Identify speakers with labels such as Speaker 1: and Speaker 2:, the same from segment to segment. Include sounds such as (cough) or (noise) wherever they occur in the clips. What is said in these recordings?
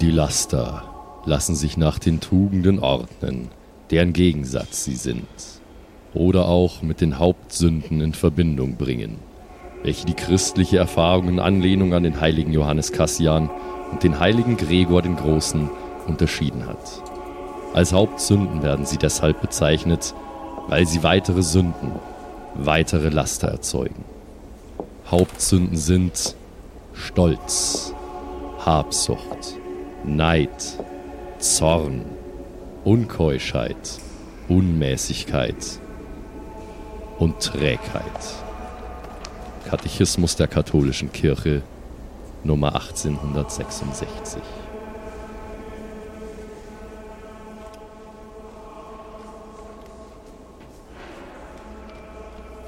Speaker 1: Die Laster lassen sich nach den Tugenden ordnen, deren Gegensatz sie sind, oder auch mit den Hauptsünden in Verbindung bringen, welche die christliche Erfahrung in Anlehnung an den heiligen Johannes Cassian und den heiligen Gregor den Großen unterschieden hat. Als Hauptsünden werden sie deshalb bezeichnet, weil sie weitere Sünden, weitere Laster erzeugen. Hauptsünden sind Stolz, Habsucht, Neid, Zorn, Unkeuschheit, Unmäßigkeit und Trägheit. Katechismus der katholischen Kirche, Nummer 1866.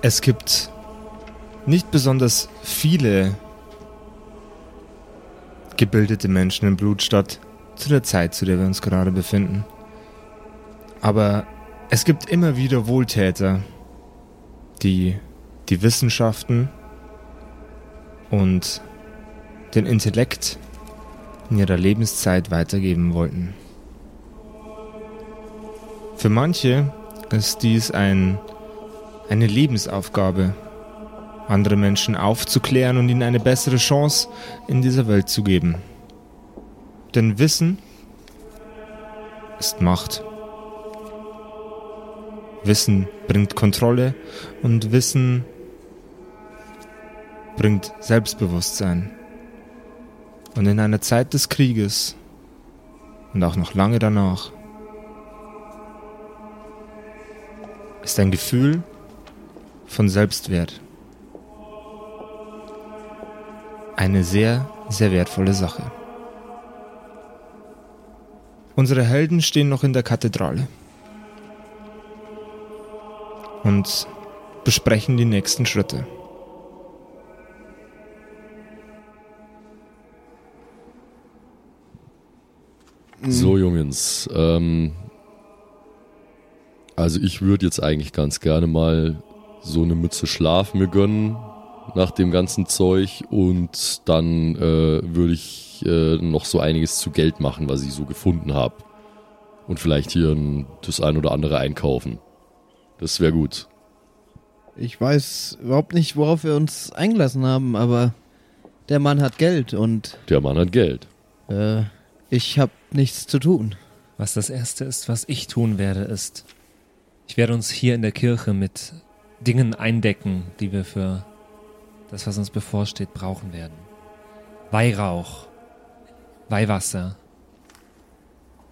Speaker 2: Es gibt nicht besonders viele gebildete Menschen in Blutstadt zu der Zeit, zu der wir uns gerade befinden. Aber es gibt immer wieder Wohltäter, die die Wissenschaften und den Intellekt in ihrer Lebenszeit weitergeben wollten. Für manche ist dies ein, eine Lebensaufgabe, andere Menschen aufzuklären und ihnen eine bessere Chance in dieser Welt zu geben. Denn Wissen ist Macht. Wissen bringt Kontrolle und Wissen bringt Selbstbewusstsein. Und in einer Zeit des Krieges und auch noch lange danach ist ein Gefühl von Selbstwert eine sehr, sehr wertvolle Sache. Unsere Helden stehen noch in der Kathedrale und besprechen die nächsten Schritte.
Speaker 1: So, Jungens. Ähm, also ich würde jetzt eigentlich ganz gerne mal so eine Mütze Schlaf mir gönnen nach dem ganzen Zeug und dann äh, würde ich äh, noch so einiges zu Geld machen, was ich so gefunden habe. Und vielleicht hier ein, das ein oder andere einkaufen. Das wäre gut.
Speaker 3: Ich weiß überhaupt nicht, worauf wir uns eingelassen haben, aber der Mann hat Geld und
Speaker 1: Der Mann hat Geld.
Speaker 3: äh, ich habe nichts zu tun.
Speaker 4: Was das Erste ist, was ich tun werde, ist, ich werde uns hier in der Kirche mit Dingen eindecken, die wir für das, was uns bevorsteht, brauchen werden. Weihrauch, Weihwasser,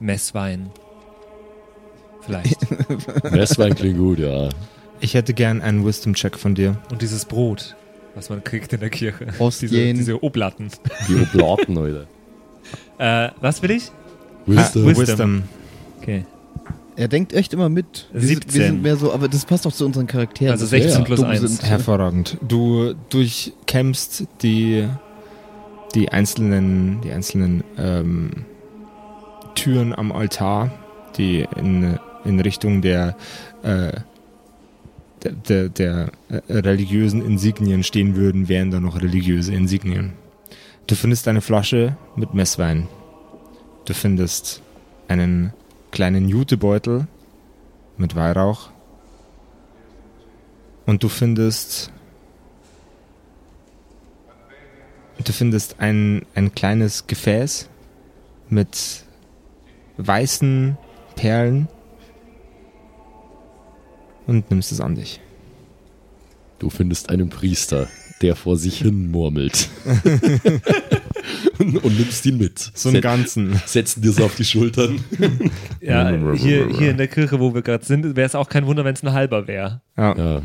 Speaker 4: Messwein, vielleicht.
Speaker 3: (laughs)
Speaker 1: Messwein klingt gut, ja.
Speaker 2: Ich hätte gern einen Wisdom-Check von dir.
Speaker 4: Und dieses Brot, was man kriegt in der Kirche. (laughs) Diese,
Speaker 3: Ostjen,
Speaker 4: diese Oblatten.
Speaker 1: Die Oblaten, Leute.
Speaker 4: Äh, was will ich?
Speaker 1: Wisdom.
Speaker 4: Wisdom. Okay.
Speaker 3: er denkt echt immer mit. Wir sind, wir
Speaker 4: 17.
Speaker 3: sind mehr so, aber das passt doch zu unseren Charakteren.
Speaker 4: Also
Speaker 3: dass wir
Speaker 4: 16
Speaker 3: so
Speaker 4: plus
Speaker 3: dumm
Speaker 4: 1.
Speaker 3: sind.
Speaker 2: Hervorragend. Du durchkämmst die, die einzelnen, die einzelnen ähm, Türen am Altar, die in, in Richtung der, äh, der, der, der äh, religiösen Insignien stehen würden, wären da noch religiöse Insignien. Du findest eine Flasche mit Messwein. Du findest einen kleinen Jutebeutel mit Weihrauch. Und du findest. Du findest ein, ein kleines Gefäß mit weißen Perlen und nimmst es an dich.
Speaker 1: Du findest einen Priester, der vor sich hin
Speaker 2: (laughs)
Speaker 1: murmelt. und, und nimmst ihn mit.
Speaker 2: So einen ganzen.
Speaker 1: setzt dir so auf die Schultern.
Speaker 4: Ja, hier, hier in der Kirche, wo wir gerade sind, wäre es auch kein Wunder, wenn es ein halber wäre.
Speaker 2: Ja.
Speaker 1: Ja.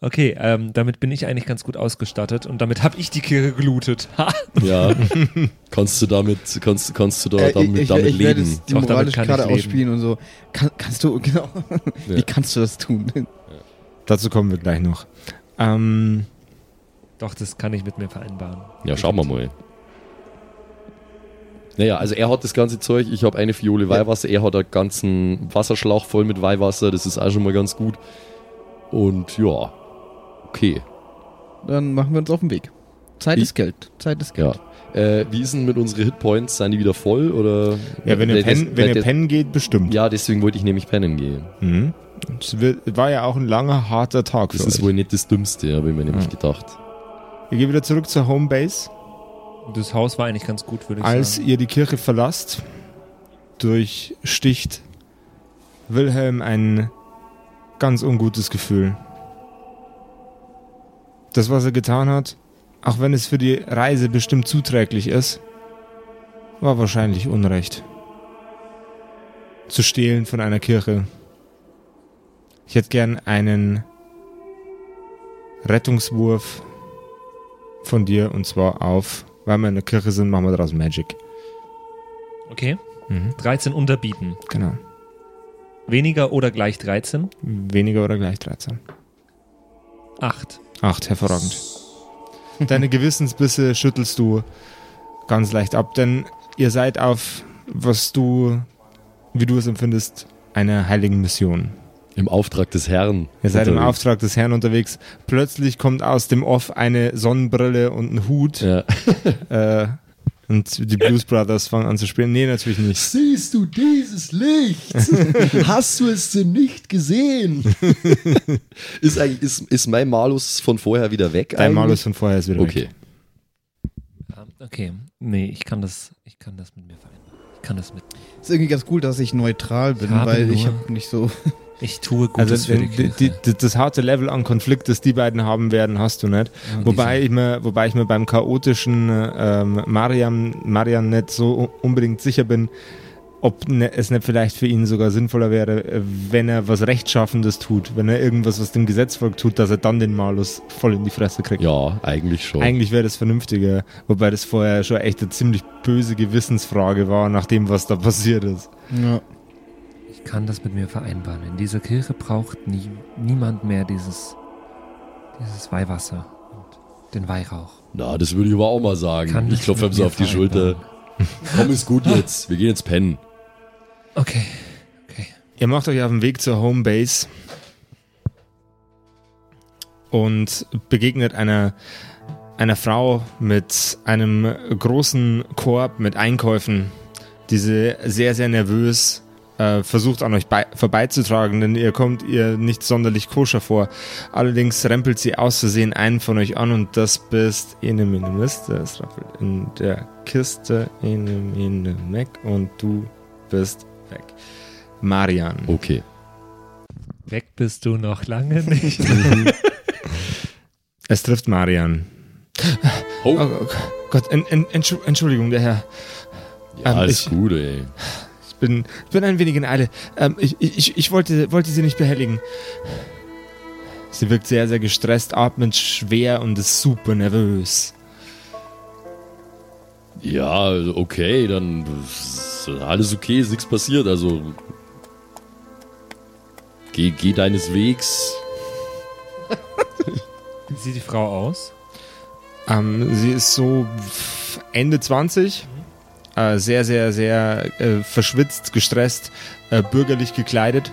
Speaker 4: Okay, ähm, damit bin ich eigentlich ganz gut ausgestattet und damit habe ich die Kirche gelootet. Ha!
Speaker 1: ja. kannst du damit, kannst, kannst du da,
Speaker 3: Äh,
Speaker 1: damit,
Speaker 3: ich,
Speaker 1: damit
Speaker 3: ich, ich werde
Speaker 1: leben?
Speaker 3: es die
Speaker 4: Doch, damit
Speaker 3: moralisch
Speaker 4: kann ich
Speaker 3: gerade
Speaker 4: leben.
Speaker 3: ausspielen und so. Kann, kannst du, (laughs) genau.
Speaker 1: Ja.
Speaker 3: Wie kannst du das tun? (laughs)
Speaker 2: Dazu kommen wir gleich noch. Ähm,
Speaker 4: Doch, das kann ich mit mir vereinbaren.
Speaker 1: Ja, schauen wir mal. Naja, also er hat das ganze Zeug, ich habe eine Fiole Weihwasser, er hat einen ganzen Wasserschlauch voll mit Weihwasser, das ist auch schon mal ganz gut. Und ja, okay.
Speaker 3: Dann machen wir uns auf den Weg. Zeit
Speaker 1: Ich-
Speaker 3: ist Geld. Zeit ist
Speaker 1: Ja.
Speaker 3: Geld.
Speaker 1: Äh, wie ist denn mit unseren Hitpoints? Seien die wieder voll oder?
Speaker 2: Ja, wenn ihr
Speaker 1: Weil das-
Speaker 2: pennen,
Speaker 1: weil
Speaker 2: wenn ihr
Speaker 1: das-
Speaker 2: pennen geht, bestimmt.
Speaker 1: Ja, deswegen wollte ich nämlich pennen gehen.
Speaker 2: Mhm. Es wird, war ja auch ein langer, harter Tag
Speaker 1: Das
Speaker 2: für
Speaker 1: ist
Speaker 2: euch.
Speaker 1: wohl nicht das Dümmste, habe ich mir nämlich
Speaker 2: Ja.
Speaker 1: gedacht.
Speaker 2: Ihr geht wieder zurück zur Homebase.
Speaker 4: Das Haus war eigentlich ganz gut, würde ich
Speaker 2: Als
Speaker 4: sagen.
Speaker 2: ihr die Kirche verlasst, durchsticht Wilhelm ein ganz ungutes Gefühl. Das, was er getan hat, auch wenn es für die Reise bestimmt zuträglich ist, war wahrscheinlich Unrecht. Zu stehlen von einer Kirche. Ich hätte gern einen Rettungswurf von dir und zwar auf, weil wir in der Kirche sind, machen wir daraus Magic.
Speaker 4: Okay. 13 unterbieten.
Speaker 2: Genau.
Speaker 4: Weniger oder gleich 13?
Speaker 2: Weniger oder gleich 13.
Speaker 4: 8.
Speaker 2: Acht, hervorragend. Deine Gewissensbisse schüttelst du ganz leicht ab, denn ihr seid auf, was du, wie du es empfindest, einer heiligen Mission.
Speaker 1: Im Auftrag des Herrn.
Speaker 2: Ihr seid im
Speaker 1: unterwegs.
Speaker 2: Auftrag des Herrn unterwegs. Plötzlich kommt aus dem Off eine Sonnenbrille und ein Hut
Speaker 1: Ja.
Speaker 2: äh, und die Blues Brothers fangen an zu spielen. Nee, natürlich nicht.
Speaker 1: Siehst du dieses (laughs) Licht? Hast du es denn nicht gesehen? (laughs) ist, eigentlich, ist, ist mein Malus von vorher wieder weg?
Speaker 2: Dein
Speaker 1: eigentlich?
Speaker 2: Malus von vorher ist wieder weg.
Speaker 1: Okay.
Speaker 4: Ah, Okay. Nee, ich kann das, ich kann das mit mir vereinbaren. Ich kann das mit.
Speaker 3: Ist irgendwie ganz cool, dass ich neutral bin,
Speaker 4: Ich habe
Speaker 3: weil ich
Speaker 4: nur-
Speaker 3: habe nicht so.
Speaker 4: Ich tue Gutes
Speaker 2: Also
Speaker 4: für die
Speaker 2: wenn die,
Speaker 4: Kirche.
Speaker 2: die, die, das harte Level an Konflikt, das die beiden haben werden, hast du nicht.
Speaker 4: Und
Speaker 2: Wobei
Speaker 4: die
Speaker 2: ich, mir, wobei ich mir beim chaotischen ähm, Marian, Marian nicht so u- unbedingt sicher bin, ob ne, es nicht vielleicht für ihn sogar sinnvoller wäre, äh, wenn er was Rechtschaffendes tut, wenn er irgendwas, was dem Gesetz folgt, tut, dass er dann den Malus voll in die Fresse kriegt.
Speaker 1: Ja, eigentlich schon.
Speaker 2: Eigentlich wäre das vernünftiger, wobei das vorher schon echt eine ziemlich böse Gewissensfrage war, nach dem, was da passiert ist.
Speaker 3: Ja.
Speaker 4: sind- ich kann das mit mir vereinbaren. In dieser Kirche braucht nie, niemand mehr dieses, dieses Weihwasser und den Weihrauch.
Speaker 1: Na, das würde ich aber auch mal
Speaker 4: Ich
Speaker 1: sagen.
Speaker 4: kann
Speaker 1: ich
Speaker 4: das
Speaker 1: klopfe ihm
Speaker 4: mit
Speaker 1: so
Speaker 4: mir
Speaker 1: auf die
Speaker 4: vereinbaren.
Speaker 1: Schulter. Komm, ist gut jetzt. Wir gehen jetzt pennen.
Speaker 4: Okay.
Speaker 2: Ihr macht euch auf den Weg zur Homebase und begegnet einer, einer Frau mit einem großen Korb mit Einkäufen, die sie sehr, sehr nervös äh, versucht an euch bei, vorbeizutragen, denn ihr kommt ihr nicht sonderlich koscher vor. Allerdings rempelt sie aus Versehen einen von euch an und das bist Eneminimist. Das rappelt in der Kiste Eneminimec und du bist weg. Marian.
Speaker 1: Okay.
Speaker 4: Weg bist du noch lange nicht.
Speaker 2: Es trifft Marian.
Speaker 1: Oh,
Speaker 2: Oh, oh Gott, en, en, Entschu- Entschuldigung, der Herr.
Speaker 1: ja,
Speaker 2: ähm,
Speaker 1: alles
Speaker 2: ich-
Speaker 1: gut, ey.
Speaker 2: Ich bin, ich bin ein wenig in Eile. Ähm, ich ich, ich wollte, wollte Sie nicht behelligen. Sie wirkt sehr, sehr gestresst, atmet schwer und ist super nervös.
Speaker 1: Ja, also, okay, dann ist alles okay, ist nichts passiert. Also geh, geh deines Wegs.
Speaker 4: Wie sieht die Frau aus?
Speaker 2: Ähm, sie ist so Ende 20.
Speaker 1: Mhm.
Speaker 2: Äh, sehr, sehr, sehr äh, verschwitzt, gestresst, äh, bürgerlich gekleidet.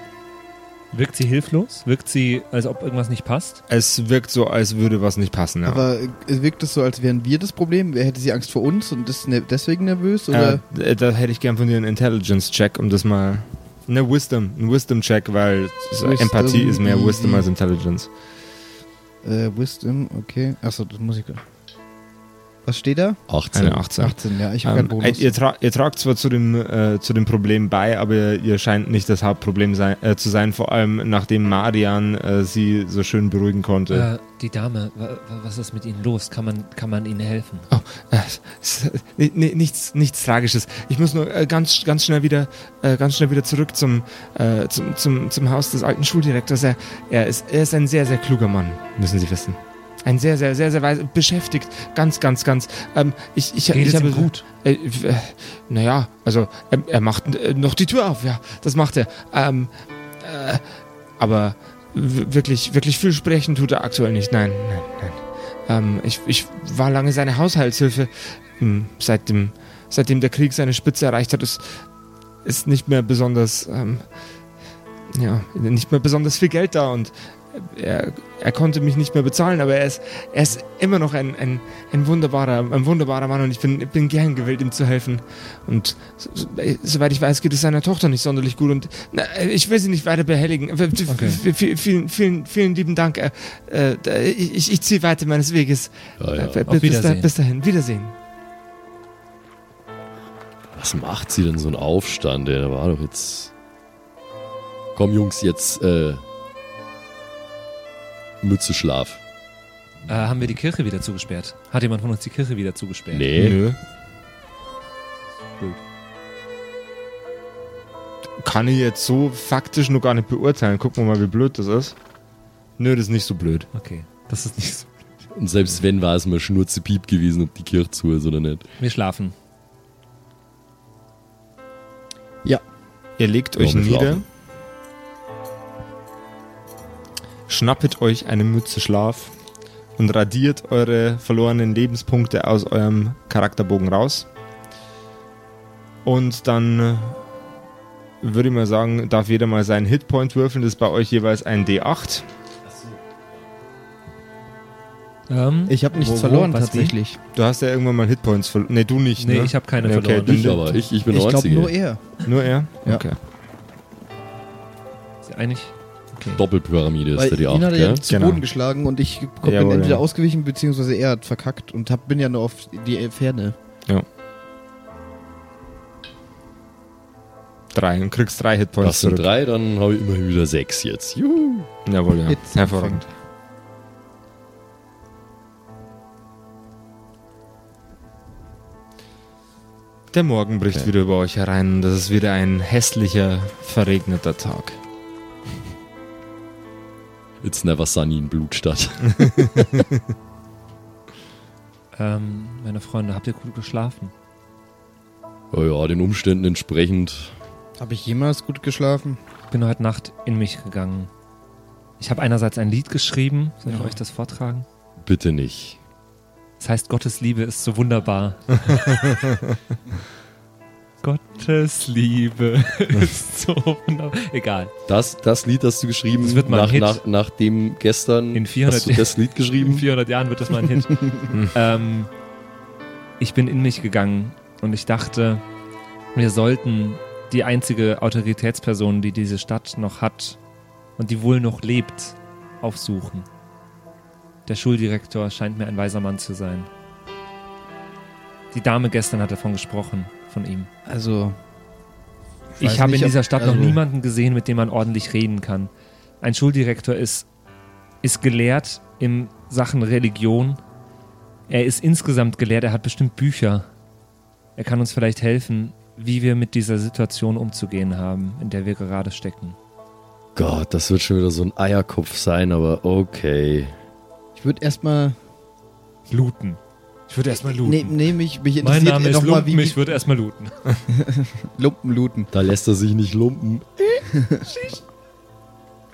Speaker 4: Wirkt sie hilflos? Wirkt sie, als ob irgendwas nicht passt?
Speaker 2: Es wirkt so, als würde was nicht passen. Ja.
Speaker 3: Aber äh, wirkt es so, als wären wir das Problem? Wer hätte sie Angst vor uns und ist ne deswegen nervös? Oder?
Speaker 2: Äh, da hätte ich gern von dir einen Intelligence-Check, um das mal. Ne, Wisdom. Ein Wisdom-Check, weil so
Speaker 3: Wisdom,
Speaker 2: Empathie ist mehr Wisdom
Speaker 3: easy.
Speaker 2: als Intelligence.
Speaker 3: Äh, Wisdom, okay. Achso, das muss ich. Was steht da?
Speaker 1: 18.
Speaker 2: Eine 18.
Speaker 3: 18, ja, ich habe keinen
Speaker 2: Ähm,
Speaker 3: Bonus.
Speaker 2: ihr, tra ihr tragt zwar zu dem, äh, zu dem Problem bei, aber ihr scheint nicht das Hauptproblem sein, äh, zu sein, vor allem nachdem Marian äh, sie so schön beruhigen konnte.
Speaker 4: Äh, die Dame, wa- wa- was ist mit ihnen los? Kann man, kann man ihnen helfen?
Speaker 2: Äh, s- ni- ni- nichts, nichts Tragisches. Ich muss nur äh, ganz, ganz schnell wieder, äh, ganz schnell wieder zurück zum, äh, zum, zum, zum Haus des alten Schuldirektors. Er, er, ist, er ist ein sehr, sehr kluger Mann, müssen Sie wissen. Ein sehr, sehr, sehr, sehr weise, beschäftigt, ganz, ganz, ganz. Ähm, ich, ich,
Speaker 4: Geht
Speaker 2: ich
Speaker 4: es ihm
Speaker 2: habe
Speaker 4: gut?
Speaker 2: Äh, w- äh, naja, also er, er macht äh, noch die Tür auf, ja, das macht er. Ähm, äh, aber w- wirklich, wirklich viel sprechen tut er aktuell nicht. Nein, nein, nein. Ähm, ich, ich war lange seine Haushaltshilfe. Hm, Seitdem, seitdem der Krieg seine Spitze erreicht hat, ist, ist nicht mehr besonders, ähm, ja, nicht mehr besonders viel Geld da und er, er konnte mich nicht mehr bezahlen, aber er ist, er ist immer noch ein, ein, ein, wunderbarer, ein wunderbarer Mann und ich bin, ich bin gern gewillt, ihm zu helfen. Und so, so, äh, soweit ich weiß, geht es seiner Tochter nicht sonderlich gut und na, ich will sie nicht weiter behelligen. V- v- Vielen, vielen, vielen lieben Dank. Äh, äh, Ich, ich ziehe weiter meines Weges.
Speaker 1: Ja,
Speaker 2: Äh,
Speaker 1: ja.
Speaker 2: b- Bis, da,
Speaker 4: Wiedersehen.
Speaker 2: bis dahin. Wiedersehen.
Speaker 1: Was macht sie denn so ein Aufstand? ey? Der war doch jetzt. Komm, Jungs, jetzt äh, Mütze Schlaf.
Speaker 4: Äh, haben wir die Kirche wieder zugesperrt? Hat jemand von uns die Kirche wieder zugesperrt?
Speaker 1: Nee,
Speaker 2: Nö. Kann ich jetzt so faktisch noch gar nicht beurteilen. Gucken wir mal, wie blöd das ist. Nö, das ist nicht so blöd.
Speaker 4: Okay, das ist nicht so.
Speaker 1: und selbst wenn war es mal Schnurzepiep gewesen, ob die Kirche zu ist oder nicht.
Speaker 4: Wir schlafen.
Speaker 2: Ihr legt
Speaker 1: Ja,
Speaker 2: euch
Speaker 1: wir
Speaker 2: nieder.
Speaker 1: schlafen.
Speaker 2: Schnappet euch eine Mütze Schlaf und radiert eure verlorenen Lebenspunkte aus eurem Charakterbogen raus. Und dann äh, würde ich mal sagen, darf jeder mal seinen Hitpoint würfeln. Das ist bei euch jeweils ein D8.
Speaker 4: Ähm,
Speaker 3: Ich habe nichts
Speaker 4: Wo- wo-
Speaker 3: verloren
Speaker 4: was wie?
Speaker 3: tatsächlich.
Speaker 2: Du hast ja irgendwann mal Hitpoints verloren. Ne, du nicht.
Speaker 4: nee,
Speaker 2: ne?
Speaker 4: ich habe keine
Speaker 2: Nee, okay,
Speaker 4: verloren.
Speaker 2: dann-
Speaker 1: Ich aber, ich, ich bin
Speaker 3: Ich glaube
Speaker 1: 90.
Speaker 3: nur er.
Speaker 2: Nur er?
Speaker 3: Ja.
Speaker 2: Okay.
Speaker 4: Ist ihr einig?
Speaker 1: Doppelpyramide ist
Speaker 3: Weil halt
Speaker 1: da die
Speaker 3: ihn
Speaker 1: Acht,
Speaker 3: hat er ja
Speaker 1: gell?
Speaker 3: zu
Speaker 2: Genau.
Speaker 3: Boden geschlagen und ich bin
Speaker 2: Jawohl,
Speaker 3: entweder
Speaker 2: ja.
Speaker 3: ausgewichen, beziehungsweise er hat verkackt und hab, bin ja nur auf die Ferne.
Speaker 2: Drei. Und kriegst drei Hitpoints
Speaker 1: Das sind
Speaker 2: zurück.
Speaker 1: drei, dann habe ich immerhin wieder sechs jetzt. Juhu.
Speaker 2: Jawohl, ja.
Speaker 3: Jetzt
Speaker 2: Hervorragend. Der Morgen bricht wieder über euch herein. Das ist wieder ein hässlicher, verregneter Tag.
Speaker 1: It's never sunny in Blutstadt. (laughs)
Speaker 4: Ähm, meine Freunde, habt ihr gut geschlafen?
Speaker 1: Oh ja, den Umständen entsprechend.
Speaker 3: Habe ich jemals gut geschlafen?
Speaker 4: Ich bin heute Nacht in mich gegangen. Ich habe einerseits ein Lied geschrieben. Soll ich
Speaker 3: Ja.
Speaker 4: euch das vortragen?
Speaker 1: Bitte nicht.
Speaker 4: Das heißt, Gottes Liebe ist so wunderbar. Gottes Liebe ist so wunderbar. Egal.
Speaker 1: Das, das Lied hast du geschrieben,
Speaker 4: Das wird mal ein
Speaker 1: nach,
Speaker 4: Hit.
Speaker 1: nach, nachdem gestern
Speaker 4: In 400
Speaker 1: hast du das Lied
Speaker 4: (laughs) In
Speaker 1: geschrieben.
Speaker 4: 400 Jahren wird das mal ein Hit. (laughs) ähm, ich bin in mich gegangen und ich dachte, wir sollten die einzige Autoritätsperson, die diese Stadt noch hat und die wohl noch lebt, aufsuchen. Der Schuldirektor scheint mir ein weiser Mann zu sein. Die Dame gestern hat davon gesprochen, von ihm.
Speaker 3: Also,
Speaker 4: Ich,
Speaker 3: weiß
Speaker 4: habe
Speaker 3: nicht,
Speaker 4: in
Speaker 3: ob-
Speaker 4: dieser Stadt noch
Speaker 3: also-
Speaker 4: niemanden gesehen, mit dem man ordentlich reden kann. Ein Schuldirektor ist, ist gelehrt in Sachen Religion. Er ist insgesamt gelehrt, er hat bestimmt Bücher. Er kann uns vielleicht helfen, wie wir mit dieser Situation umzugehen haben, in der wir gerade stecken.
Speaker 1: Gott, das wird schon wieder so ein Eierkopf sein, aber okay.
Speaker 3: ich würde erstmal.
Speaker 4: Looten. Ich würde erstmal
Speaker 3: Nee, nee, mich, mich
Speaker 4: mein
Speaker 3: interessiert
Speaker 4: Name
Speaker 3: eh
Speaker 4: ist
Speaker 3: noch mal,
Speaker 4: Lumpen,
Speaker 3: wie
Speaker 4: ich würde erstmal looten.
Speaker 3: Lumpen looten.
Speaker 1: Da lässt er sich nicht
Speaker 4: (laughs)
Speaker 1: lumpen.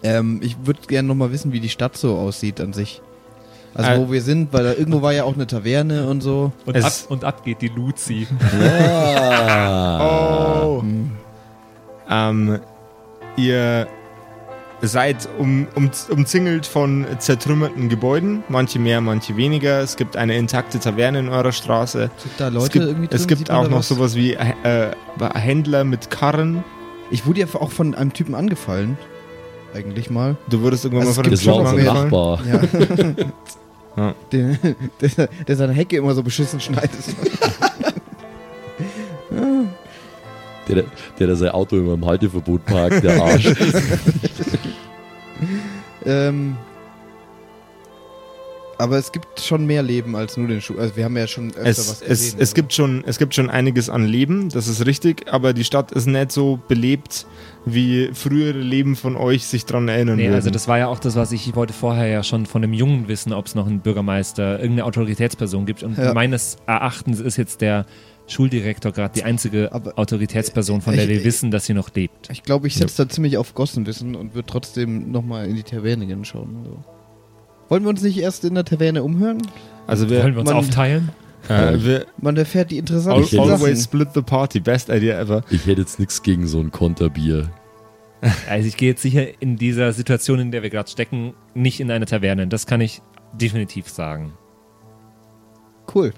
Speaker 3: Ähm, ich würde gerne noch mal wissen, wie die Stadt so aussieht an sich. Also,
Speaker 2: Äh,
Speaker 3: wo wir sind, weil da irgendwo war ja auch eine Taverne und so.
Speaker 4: Und, ab,
Speaker 2: Es-
Speaker 4: und ab geht die Luzi. Ah,
Speaker 2: Oh. Ähm, ihr seid um, um, umzingelt von zertrümmerten Gebäuden. Manche mehr, manche weniger. Es gibt eine intakte Taverne in eurer Straße.
Speaker 3: Sind da Leute
Speaker 2: es gibt,
Speaker 3: irgendwie drin?
Speaker 2: es
Speaker 3: Sieht
Speaker 2: gibt
Speaker 3: man
Speaker 2: auch
Speaker 3: da
Speaker 2: noch
Speaker 3: was?
Speaker 2: sowas wie äh, äh, Händler mit Karren.
Speaker 3: Ich wurde ja auch von einem Typen angefallen. Eigentlich mal.
Speaker 2: Du wurdest irgendwann
Speaker 3: Also
Speaker 2: mal von
Speaker 3: es
Speaker 2: einem
Speaker 1: Das
Speaker 3: gibt
Speaker 1: war unser
Speaker 2: Typen
Speaker 3: schon was mehr.
Speaker 2: angefallen.
Speaker 1: Nachbar.
Speaker 3: Ja.
Speaker 2: Ja.
Speaker 3: der, (laughs) der, der seine Hecke immer so beschissen schneidet.
Speaker 2: (laughs)
Speaker 1: Der, der da sein Auto immer im Halteverbot parkt, der Arsch.
Speaker 4: (laughs)
Speaker 3: Ähm, aber es gibt schon mehr Leben als nur den Schuh. Also wir haben ja schon öfter
Speaker 2: Es,
Speaker 3: was
Speaker 2: es,
Speaker 3: gesehen.
Speaker 2: es, gibt schon, es gibt schon einiges an Leben, das ist richtig, aber die Stadt ist nicht so belebt, wie frühere Leben von euch sich dran erinnern
Speaker 4: Nee,
Speaker 2: würden.
Speaker 4: also das war ja auch das, was ich, ich wollte vorher ja schon von einem Jungen wissen, ob es noch einen Bürgermeister, irgendeine Autoritätsperson gibt. Und
Speaker 3: Ja.
Speaker 4: meines Erachtens ist jetzt der Schuldirektor gerade die einzige
Speaker 3: Aber-
Speaker 4: Autoritätsperson, von der
Speaker 3: Ich-
Speaker 4: wir wissen, dass sie noch lebt.
Speaker 3: ich glaube, ich setze da ziemlich auf Gossenwissen und würde trotzdem nochmal in die Taverne gehen schauen. So. Wollen wir uns nicht erst in der Taverne umhören?
Speaker 2: also wir,
Speaker 4: Wollen wir uns
Speaker 3: man-
Speaker 4: aufteilen?
Speaker 2: äh, wir
Speaker 3: Man erfährt die
Speaker 2: al
Speaker 3: interessanten
Speaker 1: Ich hätte-
Speaker 2: always
Speaker 3: Sachen.
Speaker 2: split the party, best idea ever.
Speaker 1: Ich hätte jetzt nichts gegen so ein Konterbier.
Speaker 4: Also ich gehe jetzt sicher in dieser Situation, in der wir gerade stecken, nicht in eine Taverne. Das kann ich definitiv sagen.
Speaker 3: Cool.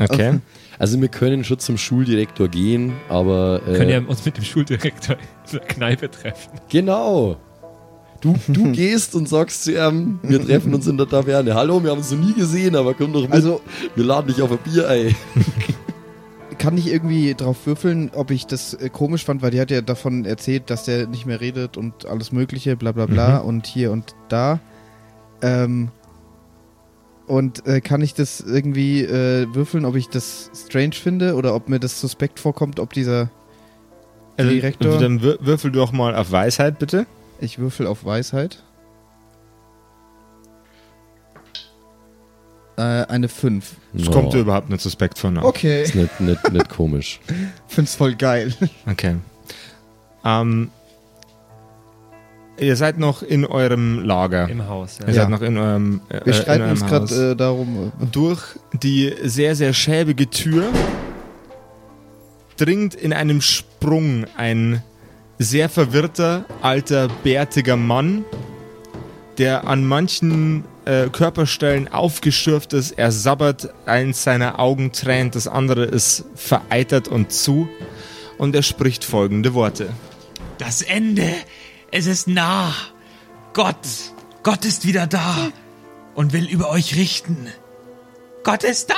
Speaker 2: Okay.
Speaker 1: Also wir können schon zum Schuldirektor gehen, aber... Äh,
Speaker 4: Wir können ja uns mit dem Schuldirektor in der Kneipe treffen.
Speaker 1: Genau. Du,
Speaker 2: (laughs)
Speaker 1: du gehst und sagst zu ihm, wir treffen uns in der Taverne. Hallo, wir haben uns noch nie gesehen, aber komm doch mit.
Speaker 3: Also
Speaker 1: wir laden dich auf ein Bier ein.
Speaker 3: kann ich irgendwie drauf würfeln, ob ich das äh, komisch fand, weil die hat ja davon erzählt, dass der nicht mehr redet und alles Mögliche, bla bla bla und hier und da. Ähm, und äh, kann ich das irgendwie äh, würfeln, ob ich das strange finde oder ob mir das suspekt vorkommt, ob dieser Direktor.
Speaker 2: Also, äh, Dann wür- würfel doch mal auf Weisheit, bitte.
Speaker 3: Ich würfel auf Weisheit. Äh, eine 5.
Speaker 2: Es kommt dir überhaupt nicht suspekt von.
Speaker 3: Okay.
Speaker 1: Ist nicht, nicht, nicht komisch.
Speaker 3: Find's voll geil.
Speaker 2: Okay. Ähm, ihr seid noch in eurem Lager.
Speaker 4: Im Haus. Ja.
Speaker 2: Ihr
Speaker 3: Ja.
Speaker 2: seid noch in eurem äh,
Speaker 3: Wir
Speaker 2: in
Speaker 3: streiten
Speaker 2: eurem
Speaker 3: uns
Speaker 2: Haus.
Speaker 3: gerade äh, darum.
Speaker 2: durch die sehr, sehr schäbige Tür dringt in einem Sprung ein sehr verwirrter, alter, bärtiger Mann, der an manchen äh, Körperstellen aufgeschürft ist. Er sabbert, eins seiner Augen tränt, das andere ist vereitert und zu. Und er spricht folgende Worte.
Speaker 5: Das Ende, es ist nah. Gott, Gott ist wieder da und will über euch richten. Gott ist da!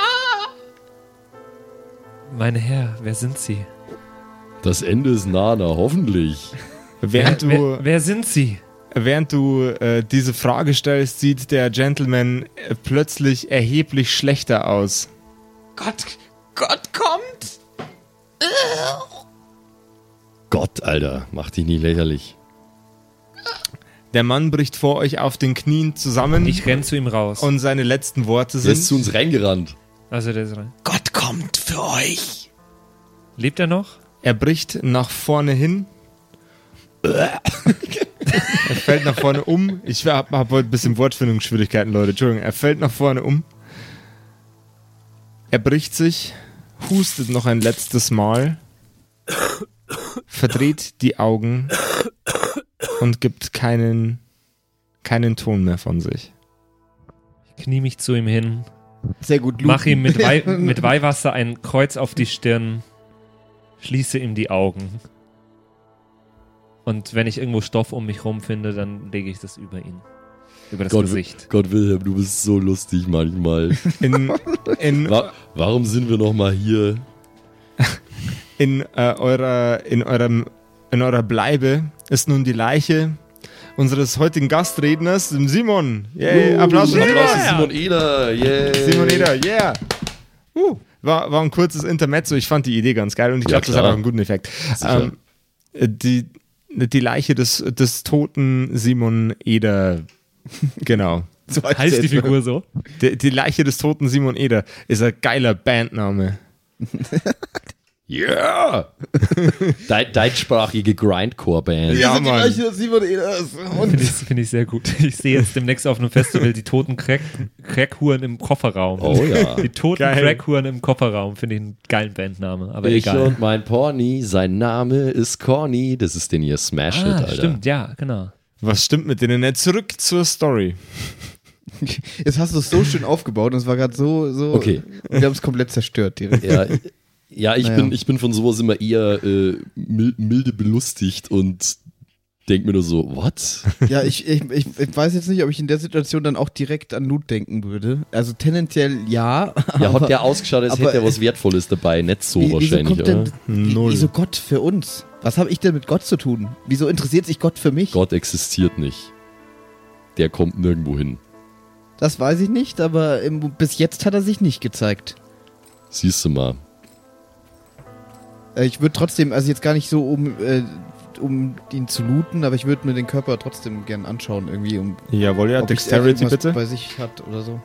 Speaker 4: Mein Herr, wer sind Sie?
Speaker 1: Das Ende ist nah, na, hoffentlich.
Speaker 2: Während
Speaker 4: wer,
Speaker 2: du,
Speaker 4: wer, wer sind Sie?
Speaker 2: Während du äh, diese Frage stellst, sieht der Gentleman äh, plötzlich erheblich schlechter aus.
Speaker 5: Gott, Gott kommt!
Speaker 1: Gott, Alter, mach dich nicht lächerlich.
Speaker 2: Der Mann bricht vor euch auf den Knien zusammen
Speaker 4: Ich renn zu ihm raus.
Speaker 2: und seine letzten Worte
Speaker 1: Der ist zu
Speaker 2: sind:
Speaker 1: uns reingerannt.
Speaker 4: also der ist rein.
Speaker 5: Gott kommt für euch!
Speaker 4: Lebt er noch?
Speaker 2: Er bricht nach vorne hin. er fällt nach vorne um. Ich habe hab heute ein bisschen Wortfindungsschwierigkeiten, Leute. Entschuldigung. Er fällt nach vorne um. Er bricht sich, hustet noch ein letztes Mal, verdreht die Augen und gibt keinen, keinen Ton mehr von sich.
Speaker 4: Ich knie mich zu ihm hin,
Speaker 3: Sehr gut,
Speaker 4: mach ihm mit, Weih, mit Weihwasser ein Kreuz auf die Stirn, schließe ihm die Augen. Und wenn ich irgendwo Stoff um mich rum finde, dann lege ich das über ihn. Über das
Speaker 1: Gott,
Speaker 4: Gesicht.
Speaker 1: Gott Wilhelm, du bist so lustig
Speaker 2: (laughs)
Speaker 1: manchmal.
Speaker 2: In, in
Speaker 1: Wa warum sind wir nochmal hier?
Speaker 2: In, äh, eurer, in, eurem, in eurer Bleibe ist nun die Leiche unseres heutigen Gastredners, dem Simon. Yay, Applaus für
Speaker 1: Uh, Applaus
Speaker 2: Simon.
Speaker 1: für Simon Eder. Yeah.
Speaker 2: Simon Eder, yeah. Uh, war, war ein kurzes Intermezzo. Ich fand die Idee ganz geil und ich
Speaker 1: Ja,
Speaker 2: glaube, das hat
Speaker 1: klar.
Speaker 2: auch einen guten Effekt.
Speaker 1: Sicher.
Speaker 2: Ähm, die, die Leiche des, des toten Simon
Speaker 1: (laughs)
Speaker 2: Eder. Genau.
Speaker 4: Heißt die Figur so?
Speaker 2: Die, die Leiche des toten Simon Eder ist ein
Speaker 1: (laughs)
Speaker 2: geiler Bandname.
Speaker 1: Yeah. Dei- Deutschsprachige Grindcore-Band.
Speaker 2: Ja, Mann.
Speaker 3: Simon Eders.
Speaker 4: Finde
Speaker 3: Und
Speaker 4: ich, finde ich sehr gut. Ich sehe jetzt demnächst auf einem Festival die toten Crack- Crackhuren im Kofferraum.
Speaker 1: Oh ja.
Speaker 4: Die toten
Speaker 2: Geil.
Speaker 4: Crackhuren im Kofferraum finde ich einen geilen Bandname, aber
Speaker 1: Ich
Speaker 4: egal.
Speaker 1: und mein Pony, sein Name ist Corny. Das ist den ihr Smash-Hit,
Speaker 4: ah,
Speaker 1: Alter.
Speaker 4: stimmt, ja, genau.
Speaker 2: Was stimmt mit denen? nicht? Zurück zur Story.
Speaker 3: jetzt hast du es so schön aufgebaut und es war gerade so, so.
Speaker 1: Okay.
Speaker 3: Wir haben es komplett zerstört direkt. (laughs)
Speaker 1: Ja, ja ich,
Speaker 3: Naja.
Speaker 1: bin, ich bin von sowas immer eher äh, mil- milde belustigt und denk mir nur so,
Speaker 3: (laughs)
Speaker 1: what?
Speaker 3: Ja, ich, ich, ich, ich weiß jetzt nicht, ob ich in der Situation dann auch direkt an Loot denken würde. Also tendenziell ja.
Speaker 1: Ja,
Speaker 3: aber
Speaker 1: hat der ausgeschaut, als
Speaker 3: aber-
Speaker 1: hätte er was Wertvolles dabei. Nicht so
Speaker 3: wie, wieso
Speaker 1: wahrscheinlich,
Speaker 3: kommt
Speaker 1: oder?
Speaker 3: denn wie,
Speaker 2: Null.
Speaker 3: wieso Gott für uns? Was habe ich denn mit Gott zu tun? Wieso interessiert sich Gott für mich?
Speaker 1: Gott existiert nicht. Der kommt nirgendwo hin.
Speaker 3: Das weiß ich nicht, aber im, bis jetzt hat er sich nicht gezeigt.
Speaker 1: Siehst du mal.
Speaker 3: Äh, ich würde trotzdem, also jetzt gar nicht so um, äh, um ihn zu looten, aber ich würde mir den Körper trotzdem gern anschauen irgendwie, um
Speaker 2: Jawohl, ja,
Speaker 3: ob ich
Speaker 2: Dexterity
Speaker 3: irgendwas
Speaker 2: bitte.
Speaker 3: bei sich hat oder so.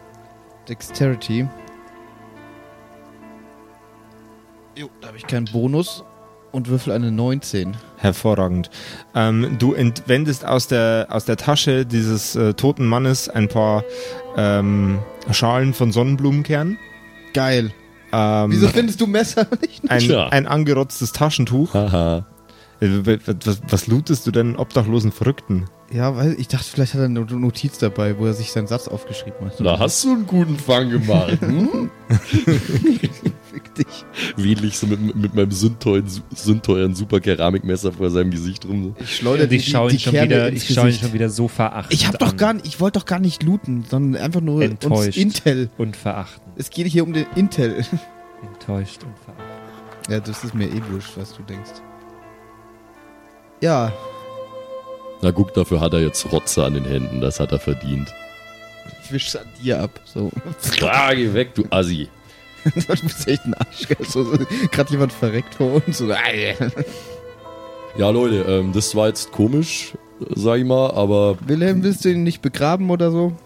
Speaker 3: Dexterity. Jo, da habe ich keinen Bonus und würfel eine 19.
Speaker 2: Hervorragend. Ähm, du entwendest aus der, aus der Tasche dieses äh, toten Mannes ein paar ähm, Schalen von Sonnenblumenkern.
Speaker 3: Geil.
Speaker 2: Ähm,
Speaker 3: Wieso findest du Messer (laughs) nicht?
Speaker 2: ein,
Speaker 1: Tja.
Speaker 2: ein angerotztes Taschentuch.
Speaker 1: Haha.
Speaker 2: Also, wa- wa- Was, was lootest du denn obdachlosen Verrückten?
Speaker 3: Ja, weil ich dachte, vielleicht hat er eine Notiz dabei, wo er sich seinen Satz aufgeschrieben hat.
Speaker 1: Da hast du einen guten Fang gemacht.
Speaker 3: (laughs)
Speaker 1: Hm?
Speaker 3: Fick dich.
Speaker 1: Wedlich so mit, mit meinem sündteuren, sündteuren super Keramikmesser vor seinem Gesicht rum.
Speaker 3: Ich schleudere
Speaker 4: Und ich schaue ihn, schon wieder- ich schaue ihn schon wieder so verachtend
Speaker 3: Ich hab doch
Speaker 4: an
Speaker 3: gar nicht, ich wollte doch gar nicht looten, sondern einfach nur uns
Speaker 4: Enttäuscht.
Speaker 3: Intel.
Speaker 4: Und verachtend.
Speaker 3: Es geht hier um den Intel. (laughs)
Speaker 4: Enttäuscht und verachtend.
Speaker 3: Ja, das ist mir eh wurscht, was du denkst. Ja,
Speaker 1: Na guck, dafür hat er jetzt Rotze an den Händen. Das hat er verdient.
Speaker 3: ich wisch's an dir ab.
Speaker 2: (laughs)
Speaker 3: So. (laughs)
Speaker 1: Ah, geh weg, du Assi.
Speaker 3: du bist echt ein Arsch. gell? So, so, Gerade jemand verreckt vor uns. So, ah, ja.
Speaker 1: Ja, Leute, ähm, das war jetzt komisch, äh, sag ich mal, aber
Speaker 3: Wilhelm, willst du ihn nicht begraben oder so?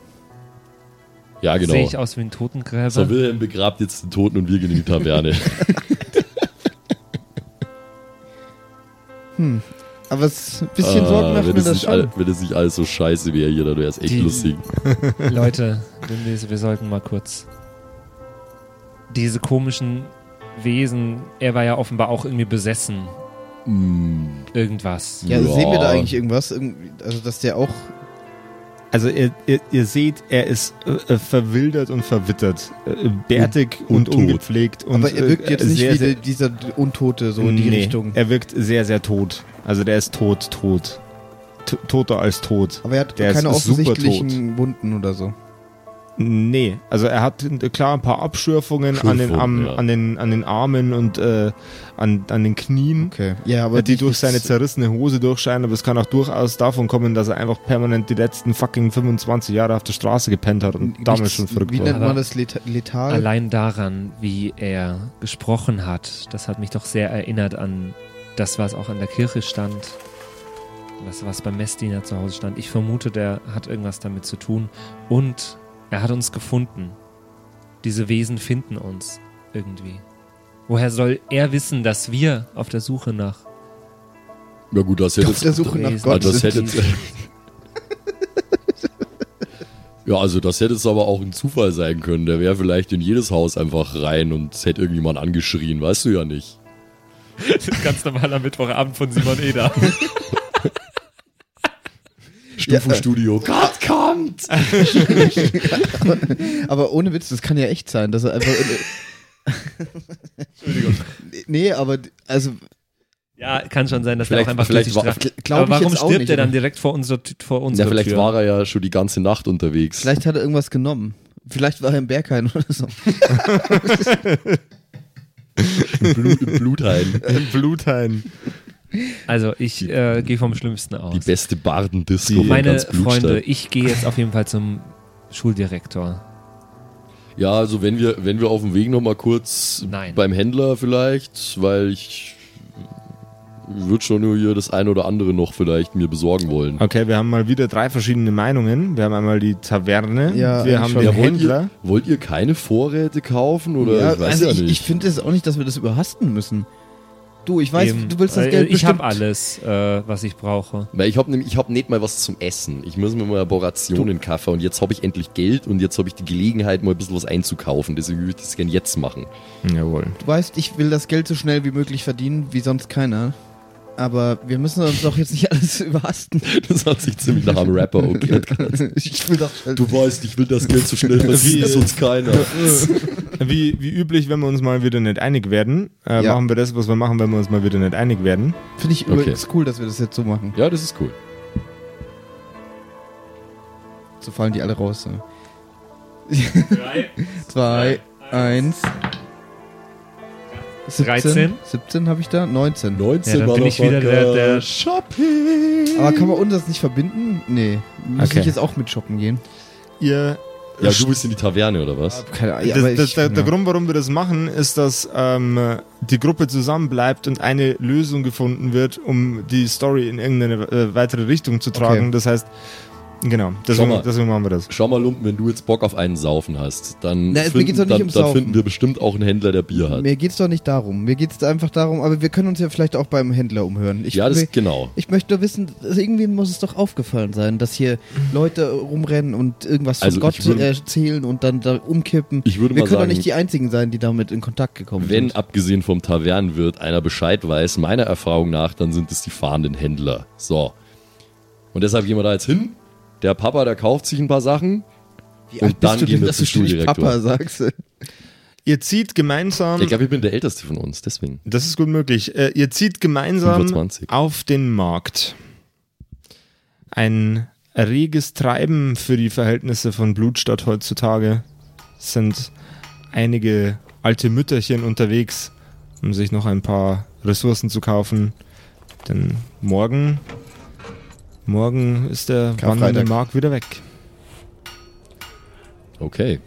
Speaker 1: ja, genau.
Speaker 4: Sehe ich aus wie ein Totengräber?
Speaker 1: So, Wilhelm begrabt jetzt den Toten und wir gehen in die
Speaker 3: (laughs)
Speaker 1: Taverne.
Speaker 3: Aber es, ein bisschen
Speaker 2: Äh,
Speaker 1: Ah,
Speaker 3: Sorgen macht
Speaker 1: wenn
Speaker 3: mir
Speaker 1: es
Speaker 3: das
Speaker 1: nicht
Speaker 3: schon.
Speaker 1: all- Wenn es nicht alles so scheiße wäre hier, dann wäre es echt
Speaker 4: Die-
Speaker 1: lustig.
Speaker 4: Leute, wir, wir sollten mal kurz diese komischen Wesen, er war ja offenbar auch irgendwie besessen,
Speaker 1: Mm,
Speaker 4: irgendwas.
Speaker 3: Ja, also
Speaker 1: Ja.
Speaker 3: sehen wir da eigentlich irgendwas? Irgendwie- Also, dass der auch.
Speaker 2: Äh, Also ihr, ihr, ihr seht, er ist äh, äh, verwildert und verwittert, äh, bärtig und,
Speaker 1: tot.
Speaker 2: ungepflegt. Und,
Speaker 3: aber er wirkt
Speaker 2: äh,
Speaker 3: jetzt nicht
Speaker 2: sehr,
Speaker 3: wie
Speaker 2: sehr,
Speaker 3: die- dieser Untote, so in die
Speaker 2: Nee,
Speaker 3: Richtung.
Speaker 2: Er wirkt sehr, sehr tot. Also der ist tot, tot. T toter als tot.
Speaker 3: Aber er hat
Speaker 2: Der ist-
Speaker 3: keine
Speaker 2: ist super
Speaker 3: offensichtlichen Wunden oder so.
Speaker 2: Nee, also er hat äh, klar ein paar Abschürfungen an, den,
Speaker 1: Schürfwunden,
Speaker 2: am,
Speaker 1: ja.
Speaker 2: an, den, an den Armen und äh, an, an den Knien. äh,
Speaker 3: Okay. Ja, aber
Speaker 2: die durch seine
Speaker 3: Zeit.
Speaker 2: zerrissene Hose durchscheinen, aber es kann auch durchaus davon kommen, dass er einfach permanent die letzten fucking 25 Jahre auf der Straße gepennt hat und damals schon verrückt
Speaker 3: Wie
Speaker 2: war.
Speaker 3: nennt man
Speaker 4: Aber-
Speaker 3: das? Leta- Letal?
Speaker 4: Allein daran, wie er gesprochen hat, das hat mich doch sehr erinnert an das, was auch an der Kirche stand, das, was beim Messdiener zu Hause stand. Ich vermute, der hat irgendwas damit zu tun. Und er hat uns gefunden. Diese Wesen finden uns irgendwie. Woher soll er wissen, dass wir auf der Suche nach (laughs)
Speaker 1: ja gut, das
Speaker 3: Auf der
Speaker 1: hätte
Speaker 3: Suche nach
Speaker 4: Wesen
Speaker 3: Gott.
Speaker 1: das
Speaker 3: sind.
Speaker 1: hätte jetzt, (laughs) ja, also das hätte jetzt aber auch ein Zufall sein können. Der wäre vielleicht in jedes Haus einfach rein und es hätte irgendjemand angeschrien, weißt du ja nicht.
Speaker 4: Ganz normaler Mittwochabend von Simon Eder.
Speaker 1: Stufenstudio. Gott kommt!
Speaker 3: Aber ohne Witz, das kann ja echt sein, dass er einfach.
Speaker 4: (laughs)
Speaker 3: Entschuldigung. Nee, aber d- also
Speaker 4: Ja, kann schon sein, dass
Speaker 1: Vielleicht-
Speaker 4: der auch einfach
Speaker 1: vielleicht
Speaker 4: durch die
Speaker 1: war-
Speaker 4: Straße-
Speaker 3: gl- glaub
Speaker 4: Aber
Speaker 3: ich
Speaker 4: warum
Speaker 3: jetzt auch
Speaker 4: stirbt
Speaker 3: nicht,
Speaker 4: er dann
Speaker 3: aber-
Speaker 4: direkt vor unserer, Tü- vor
Speaker 1: Ja,
Speaker 4: unserer
Speaker 1: vielleicht
Speaker 4: Tür?
Speaker 1: war er ja schon die ganze Nacht unterwegs.
Speaker 3: vielleicht hat er irgendwas genommen. Vielleicht war er im Berghain (laughs) oder so.
Speaker 1: Im Blut, im Blutheim.
Speaker 2: Bluthain.
Speaker 4: also ich äh, gehe vom Schlimmsten
Speaker 1: (laughs)
Speaker 4: aus.
Speaker 1: Die beste Bardendisco von
Speaker 4: Meine
Speaker 1: ganz Blutstein.
Speaker 4: Freunde, ich gehe jetzt auf jeden Fall zum Schuldirektor.
Speaker 1: Ja, also wenn wir, wenn wir auf dem Weg nochmal kurz
Speaker 4: Nein.
Speaker 1: beim Händler vielleicht, weil ich würde schon nur hier das ein oder andere noch vielleicht mir besorgen wollen.
Speaker 2: Okay, wir haben mal wieder drei verschiedene Meinungen. Wir haben einmal die Taverne,
Speaker 3: Ja,
Speaker 2: wir haben
Speaker 3: schon.
Speaker 2: den
Speaker 1: Ja, wollt,
Speaker 2: Händler.
Speaker 1: ihr, wollt ihr keine Vorräte kaufen oder
Speaker 3: ja,
Speaker 1: ich weiß
Speaker 3: also
Speaker 1: ja
Speaker 3: ich,
Speaker 1: nicht.
Speaker 3: ich finde es auch nicht, dass wir das überhasten müssen. Du, ich weiß,
Speaker 4: Eben.
Speaker 3: du willst das
Speaker 4: Äh,
Speaker 3: Geld
Speaker 4: Ich
Speaker 3: bestimmt-
Speaker 4: habe alles, äh, was ich brauche.
Speaker 1: weil ich habe ich hab nicht mal was zum Essen. Ich muss mir mal eine Rationen kaufen und jetzt habe ich endlich Geld und jetzt habe ich die Gelegenheit, mal ein bisschen was einzukaufen. Deswegen würde ich das gerne jetzt machen. (laughs)
Speaker 2: Jawohl.
Speaker 3: Du weißt, ich will das Geld so schnell wie möglich verdienen, wie sonst keiner. Aber wir müssen uns doch jetzt nicht (laughs) alles überhasten.
Speaker 1: Das hat sich ziemlich nach einem Rapper okay.
Speaker 3: ich will doch.
Speaker 1: (laughs) Du weißt, ich will das Geld so schnell, (laughs) das
Speaker 2: Wie-
Speaker 1: ist uns keiner.
Speaker 2: Wie, wie üblich, wenn wir uns mal wieder nicht einig werden, äh,
Speaker 3: Ja.
Speaker 2: machen wir das, was wir machen, wenn wir uns mal wieder nicht einig werden.
Speaker 3: Finde ich
Speaker 1: Okay.
Speaker 3: übrigens cool, dass wir das jetzt so machen.
Speaker 1: Ja, das ist cool.
Speaker 3: So fallen die alle raus. Ne? (laughs) Zwei, eins. 17,
Speaker 4: 13.
Speaker 3: 17 habe ich da, 19.
Speaker 1: 19
Speaker 4: Ja, dann bin ich wieder der- der-
Speaker 1: Shopping.
Speaker 3: Aber kann man uns das nicht verbinden? Nee. Muss
Speaker 2: Okay.
Speaker 3: ich jetzt auch mit shoppen gehen?
Speaker 2: Ihr
Speaker 1: Ja, du bist in die Taverne oder was?
Speaker 3: Keine Ahnung.
Speaker 2: das,
Speaker 3: aber
Speaker 2: das,
Speaker 3: ich-
Speaker 2: der, der
Speaker 3: ja.
Speaker 2: Grund, warum wir das machen, ist, dass ähm, die Gruppe zusammenbleibt und eine Lösung gefunden wird, um die Story in irgendeine äh, weitere Richtung zu tragen.
Speaker 3: Okay.
Speaker 2: Das heißt, Genau,
Speaker 1: Schau
Speaker 2: deswegen,
Speaker 1: mal.
Speaker 2: deswegen machen wir das.
Speaker 1: Schau mal, Lumpen, wenn du jetzt Bock auf einen Saufen hast, dann,
Speaker 3: Na, es- mir
Speaker 1: finden,
Speaker 3: geht's doch nicht
Speaker 1: dann,
Speaker 3: ums
Speaker 1: dann
Speaker 3: Saufen.
Speaker 1: finden wir bestimmt auch einen Händler, der Bier hat.
Speaker 3: Mir geht's doch nicht darum. Mir geht's einfach darum, aber wir können uns ja vielleicht auch beim Händler umhören. Ich,
Speaker 1: ja, das
Speaker 3: will-
Speaker 1: genau.
Speaker 3: ich möchte nur wissen, dass irgendwie muss es doch aufgefallen sein, dass hier Leute rumrennen und irgendwas
Speaker 1: Also,
Speaker 3: von Gott
Speaker 1: ich würde-
Speaker 3: erzählen und dann da umkippen.
Speaker 1: Ich würde
Speaker 3: wir
Speaker 1: mal
Speaker 3: können doch
Speaker 1: sagen-
Speaker 3: nicht die einzigen sein, die damit in Kontakt gekommen
Speaker 1: Wenn,
Speaker 3: sind.
Speaker 1: abgesehen vom Tavernenwirt, einer Bescheid weiß, meiner Erfahrung nach, dann sind es die fahrenden Händler. So. Und deshalb gehen wir da jetzt hin. Der Papa, der kauft sich ein paar Sachen.
Speaker 3: Wie
Speaker 1: und
Speaker 3: alt
Speaker 1: dann
Speaker 3: bist du
Speaker 1: gehen
Speaker 3: denn,
Speaker 1: wir
Speaker 3: dass
Speaker 1: zum
Speaker 3: du ständig
Speaker 1: Schuldirektor.
Speaker 3: Papa sagst?
Speaker 2: Ihr zieht gemeinsam,
Speaker 1: Ich glaube, ich bin der Älteste von uns, deswegen.
Speaker 2: das ist gut möglich, äh, ihr zieht gemeinsam
Speaker 1: 25.
Speaker 2: auf den Markt. Ein reges Treiben für die Verhältnisse von Blutstadt heutzutage. Es sind einige alte Mütterchen unterwegs, um sich noch ein paar Ressourcen zu kaufen. Denn morgen, morgen ist der
Speaker 3: Karfreitag.
Speaker 2: wandernde Markt wieder weg.
Speaker 1: Okay.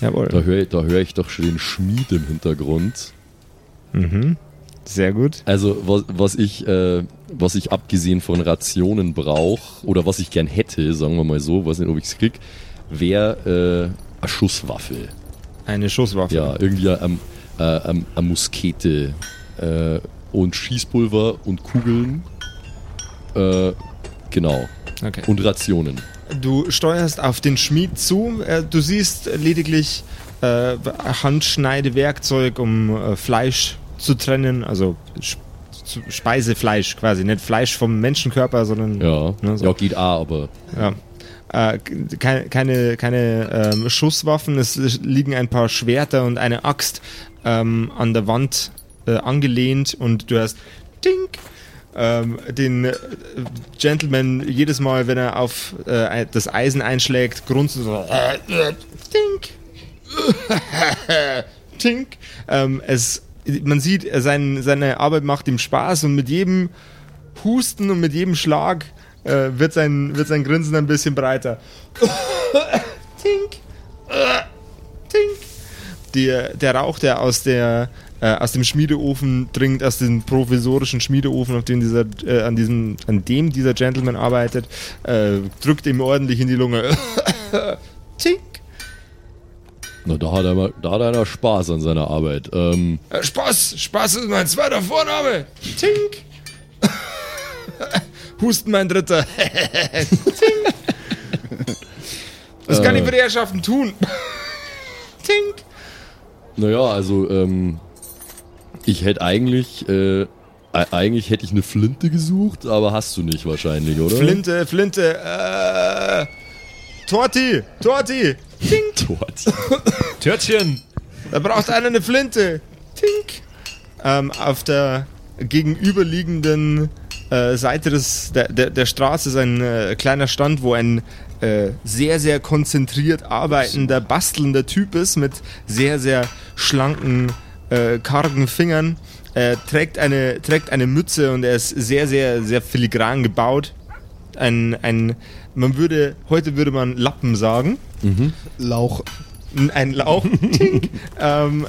Speaker 2: Jawohl.
Speaker 1: Da höre da hör ich doch schon den Schmied im Hintergrund.
Speaker 2: Mhm. Sehr gut.
Speaker 1: Also, was, was, ich, äh, was ich abgesehen von Rationen brauche, oder was ich gern hätte, sagen wir mal so, weiß nicht, ob ich es krieg, wäre äh, eine Schusswaffe.
Speaker 2: Eine Schusswaffe.
Speaker 1: Ja, irgendwie am, äh, am, am Muskete äh, und Schießpulver und Kugeln. Äh, genau.
Speaker 2: Okay.
Speaker 1: Und Rationen.
Speaker 2: Du steuerst auf den Schmied zu. Äh, Du siehst lediglich äh, Handschneidewerkzeug, um äh, Fleisch zu trennen, also Sch- zu- Speisefleisch quasi, nicht Fleisch vom Menschenkörper, sondern
Speaker 1: Ja.
Speaker 2: Ne, so.
Speaker 1: Ja, geht auch, aber
Speaker 2: ja. Äh, keine, keine, keine ähm, Schusswaffen, es liegen ein paar Schwerter und eine Axt ähm, an der Wand äh, angelehnt und du hast Tink ähm, den äh, Gentleman jedes Mal, wenn er auf äh, das Eisen einschlägt, grunzt und so äh, äh, Tink (laughs) Tink ähm, es, man sieht, äh, sein, seine Arbeit macht ihm Spaß und mit jedem Husten und mit jedem Schlag äh, wird, sein, wird sein Grinsen ein bisschen breiter. Tink. Äh, Tink. Der, der Rauch, der aus, der, äh, aus dem Schmiedeofen dringt, aus dem provisorischen Schmiedeofen, auf dem dieser, äh, an, diesem, an dem dieser Gentleman arbeitet, äh, drückt ihm ordentlich in die Lunge. (laughs) Tink.
Speaker 1: na, da, hat er mal, da hat einer Spaß an seiner Arbeit. Ähm,
Speaker 2: Äh, Spaß, Spaß ist mein zweiter Vorname. Tink. (laughs) Husten mein dritter. (laughs) Tink. Was kann ich für die Herrschaften tun? Äh. (laughs) Tink.
Speaker 1: naja, also ähm, ich hätte eigentlich, äh, e- eigentlich hätte ich eine Flinte gesucht, aber hast du nicht wahrscheinlich, oder?
Speaker 2: Flinte, Flinte. Äh, Torti, Torti.
Speaker 1: Dort.
Speaker 4: Törtchen!
Speaker 2: Da braucht einer eine Flinte. Tink. Ähm, auf der gegenüberliegenden äh, Seite des, der, der, der Straße ist ein äh, kleiner Stand, wo ein äh, sehr, sehr konzentriert arbeitender, bastelnder Typ ist mit sehr, sehr schlanken, äh, kargen Fingern. Er trägt eine, trägt eine Mütze und er ist sehr, sehr, sehr filigran gebaut. Ein, ein, man würde, heute würde man Lappen sagen
Speaker 3: Lauch.
Speaker 2: ein Lauch. Tink. ähm,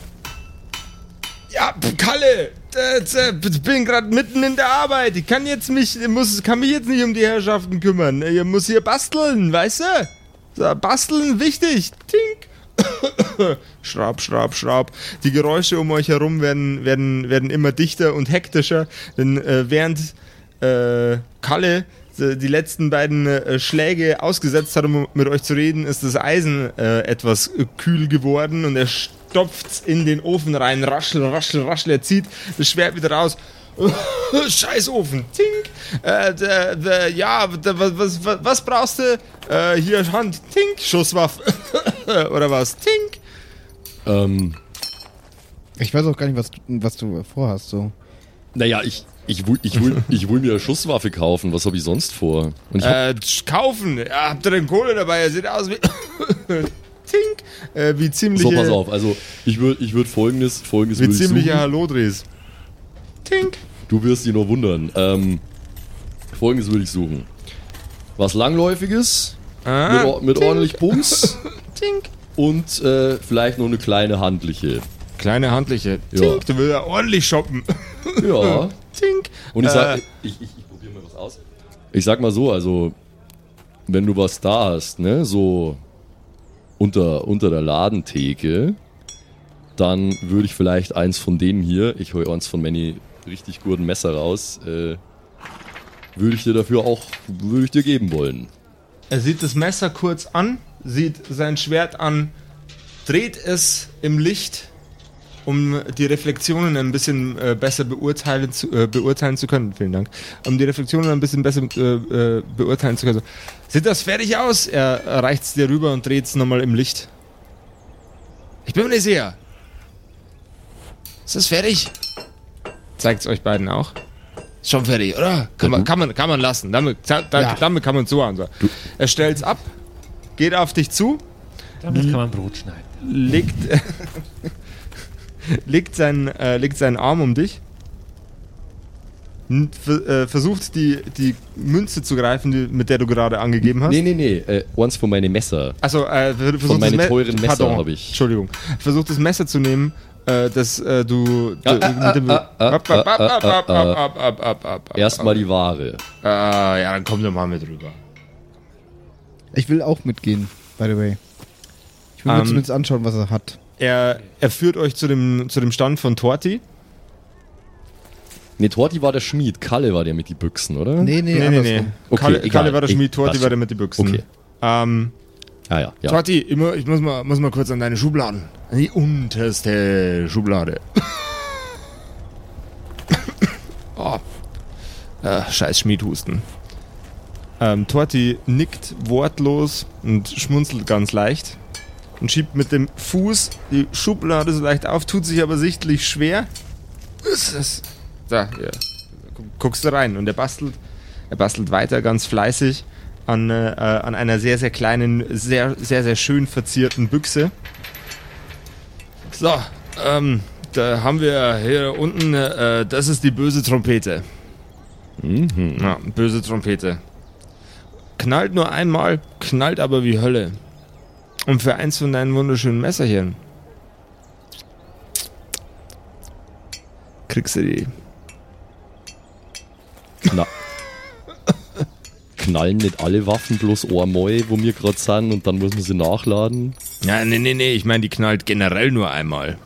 Speaker 2: ja, pf, Kalle, äh, z- ich bin gerade mitten in der Arbeit. Ich kann jetzt mich, muss, kann mich jetzt nicht um die Herrschaften kümmern. Ich muss hier basteln, weißt du? So, basteln wichtig. Tink. Schraub, schraub, schraub. Die Geräusche um euch herum werden, werden, werden immer dichter und hektischer, denn äh, während äh, Kalle äh, die letzten beiden äh, Schläge ausgesetzt hat, um mit euch zu reden, ist das Eisen äh, etwas äh, kühl geworden und er stopft's in den Ofen rein. Raschel, raschel, raschel. Er zieht das Schwert wieder raus. (laughs) Scheißofen, tink. Äh, d- d- ja, d- was, was, was- was brauchst du? Äh, hier Hand, tink, Schusswaffe. (laughs) Oder was? Tink.
Speaker 1: ähm,
Speaker 3: Ich weiß auch gar nicht, was, du- was du vorhast. So.
Speaker 1: naja, ich, ich, will, ich, will, ich will mir eine Schusswaffe kaufen. Was habe ich sonst vor? Und ich hab
Speaker 2: Äh, tsch, kaufen. Ja, habt ihr denn Kohle dabei? Ihr seht aus wie. (coughs) tink. Äh, wie ziemlich.
Speaker 1: So, pass auf, also ich würde ich würd folgendes, folgendes
Speaker 2: Wie
Speaker 1: würd ich
Speaker 2: ziemliche
Speaker 1: suchen.
Speaker 2: Hallodris. Tink.
Speaker 1: Du wirst dich nur wundern. Ähm, folgendes würde ich suchen. Was langläufiges, mit,
Speaker 2: Ah,
Speaker 1: or- mit ordentlich Bums
Speaker 2: (laughs) tink.
Speaker 1: und äh, vielleicht noch eine kleine handliche.
Speaker 2: Kleine handliche. Tink. Du willst ja ordentlich shoppen.
Speaker 1: Ja.
Speaker 2: Tink.
Speaker 1: Und ich sag,
Speaker 2: Äh.
Speaker 1: ich, ich, ich probiere mal was aus. Ich sag mal so, also wenn du was da hast, ne, so unter, unter der Ladentheke, dann würde ich vielleicht eins von denen hier, ich hole eins von Manny richtig guten Messer raus, äh, würde ich dir dafür auch, würde ich dir geben wollen.
Speaker 2: Er sieht das Messer kurz an, sieht sein Schwert an, dreht es im Licht, um die Reflexionen ein bisschen äh, besser beurteilen zu, äh, beurteilen zu können. Vielen Dank. Um die Reflexionen ein bisschen besser äh, äh, beurteilen zu können. Sieht das fertig aus? Er reicht es dir rüber und dreht es nochmal im Licht. Ich bin mir nicht sicher. Ist das fertig? Zeigt es euch beiden auch. Ist schon fertig, oder? Kann man, kann man, kann man lassen. Damit, da,
Speaker 3: Ja.
Speaker 2: damit kann man zuhauen. So. Er stellt's ab, geht auf dich zu,
Speaker 1: Mhm.
Speaker 4: Damit kann man Brot schneiden.
Speaker 2: legt, (laughs) legt, seinen, äh, legt seinen Arm um dich, n- ver- äh, versucht die, die Münze zu greifen, die, mit der du gerade angegeben hast.
Speaker 1: Nee, nee, nee, äh, eins von meinen Messer.
Speaker 2: Also äh, ver- versucht
Speaker 1: meine
Speaker 2: das Me-
Speaker 1: teuren Messer
Speaker 2: Pardon,
Speaker 1: hab ich.
Speaker 2: Entschuldigung. Versucht das Messer zu nehmen, äh, das äh, du.
Speaker 1: Ah,
Speaker 2: du-
Speaker 1: ah,
Speaker 2: mit dem-
Speaker 1: ah, ah,
Speaker 2: Ab, ab,
Speaker 1: ah,
Speaker 2: ab, ab,
Speaker 1: ah,
Speaker 2: ab,
Speaker 1: ah.
Speaker 2: ab, ab, ab, ab.
Speaker 1: Erstmal die Ware.
Speaker 2: Ah, ja, dann komm doch mal mit rüber.
Speaker 3: Ich will auch mitgehen, by the way. Ich will
Speaker 2: Ähm,
Speaker 3: mir zumindest anschauen, was er hat.
Speaker 2: Er, er führt euch zu dem, zu dem Stand von Torti.
Speaker 1: Nee, Torti war der Schmied, Kalle war der mit die Büchsen, oder?
Speaker 3: Nee, nee,
Speaker 2: Nee, nee, nee.
Speaker 3: andersrum.
Speaker 1: Okay,
Speaker 2: Kalle,
Speaker 1: egal.
Speaker 2: Kalle war der
Speaker 1: Ich-
Speaker 2: Schmied, Torti
Speaker 1: passt.
Speaker 2: war der mit den Büchsen.
Speaker 1: Okay.
Speaker 2: Ähm,
Speaker 1: Ah ja, ja.
Speaker 2: Torti, ich, mu- ich muss, mal, muss mal kurz an deine Schubladen. An die unterste Schublade. (laughs) oh. äh, scheiß Schmiedhusten. Ähm, Torti nickt wortlos und schmunzelt ganz leicht und schiebt mit dem Fuß die Schublade so leicht auf, tut sich aber sichtlich schwer. Ist das? Da, ja. Guckst du rein und er bastelt, er bastelt weiter ganz fleißig an, äh, äh, an einer sehr, sehr kleinen, sehr, sehr, sehr schön verzierten Büchse. So, ähm, da haben wir hier unten, äh, das ist die böse Trompete.
Speaker 1: Mhm.
Speaker 2: Ja, böse Trompete. Knallt nur einmal, knallt aber wie Hölle. Und für eins von deinen wunderschönen Messerchen kriegst du die.
Speaker 1: Kna Knallen nicht alle Waffen bloß einmal, wo wir gerade sind, und dann muss man sie nachladen.
Speaker 2: Ja, nee, nee, nee, ich meine, die knallt generell nur einmal.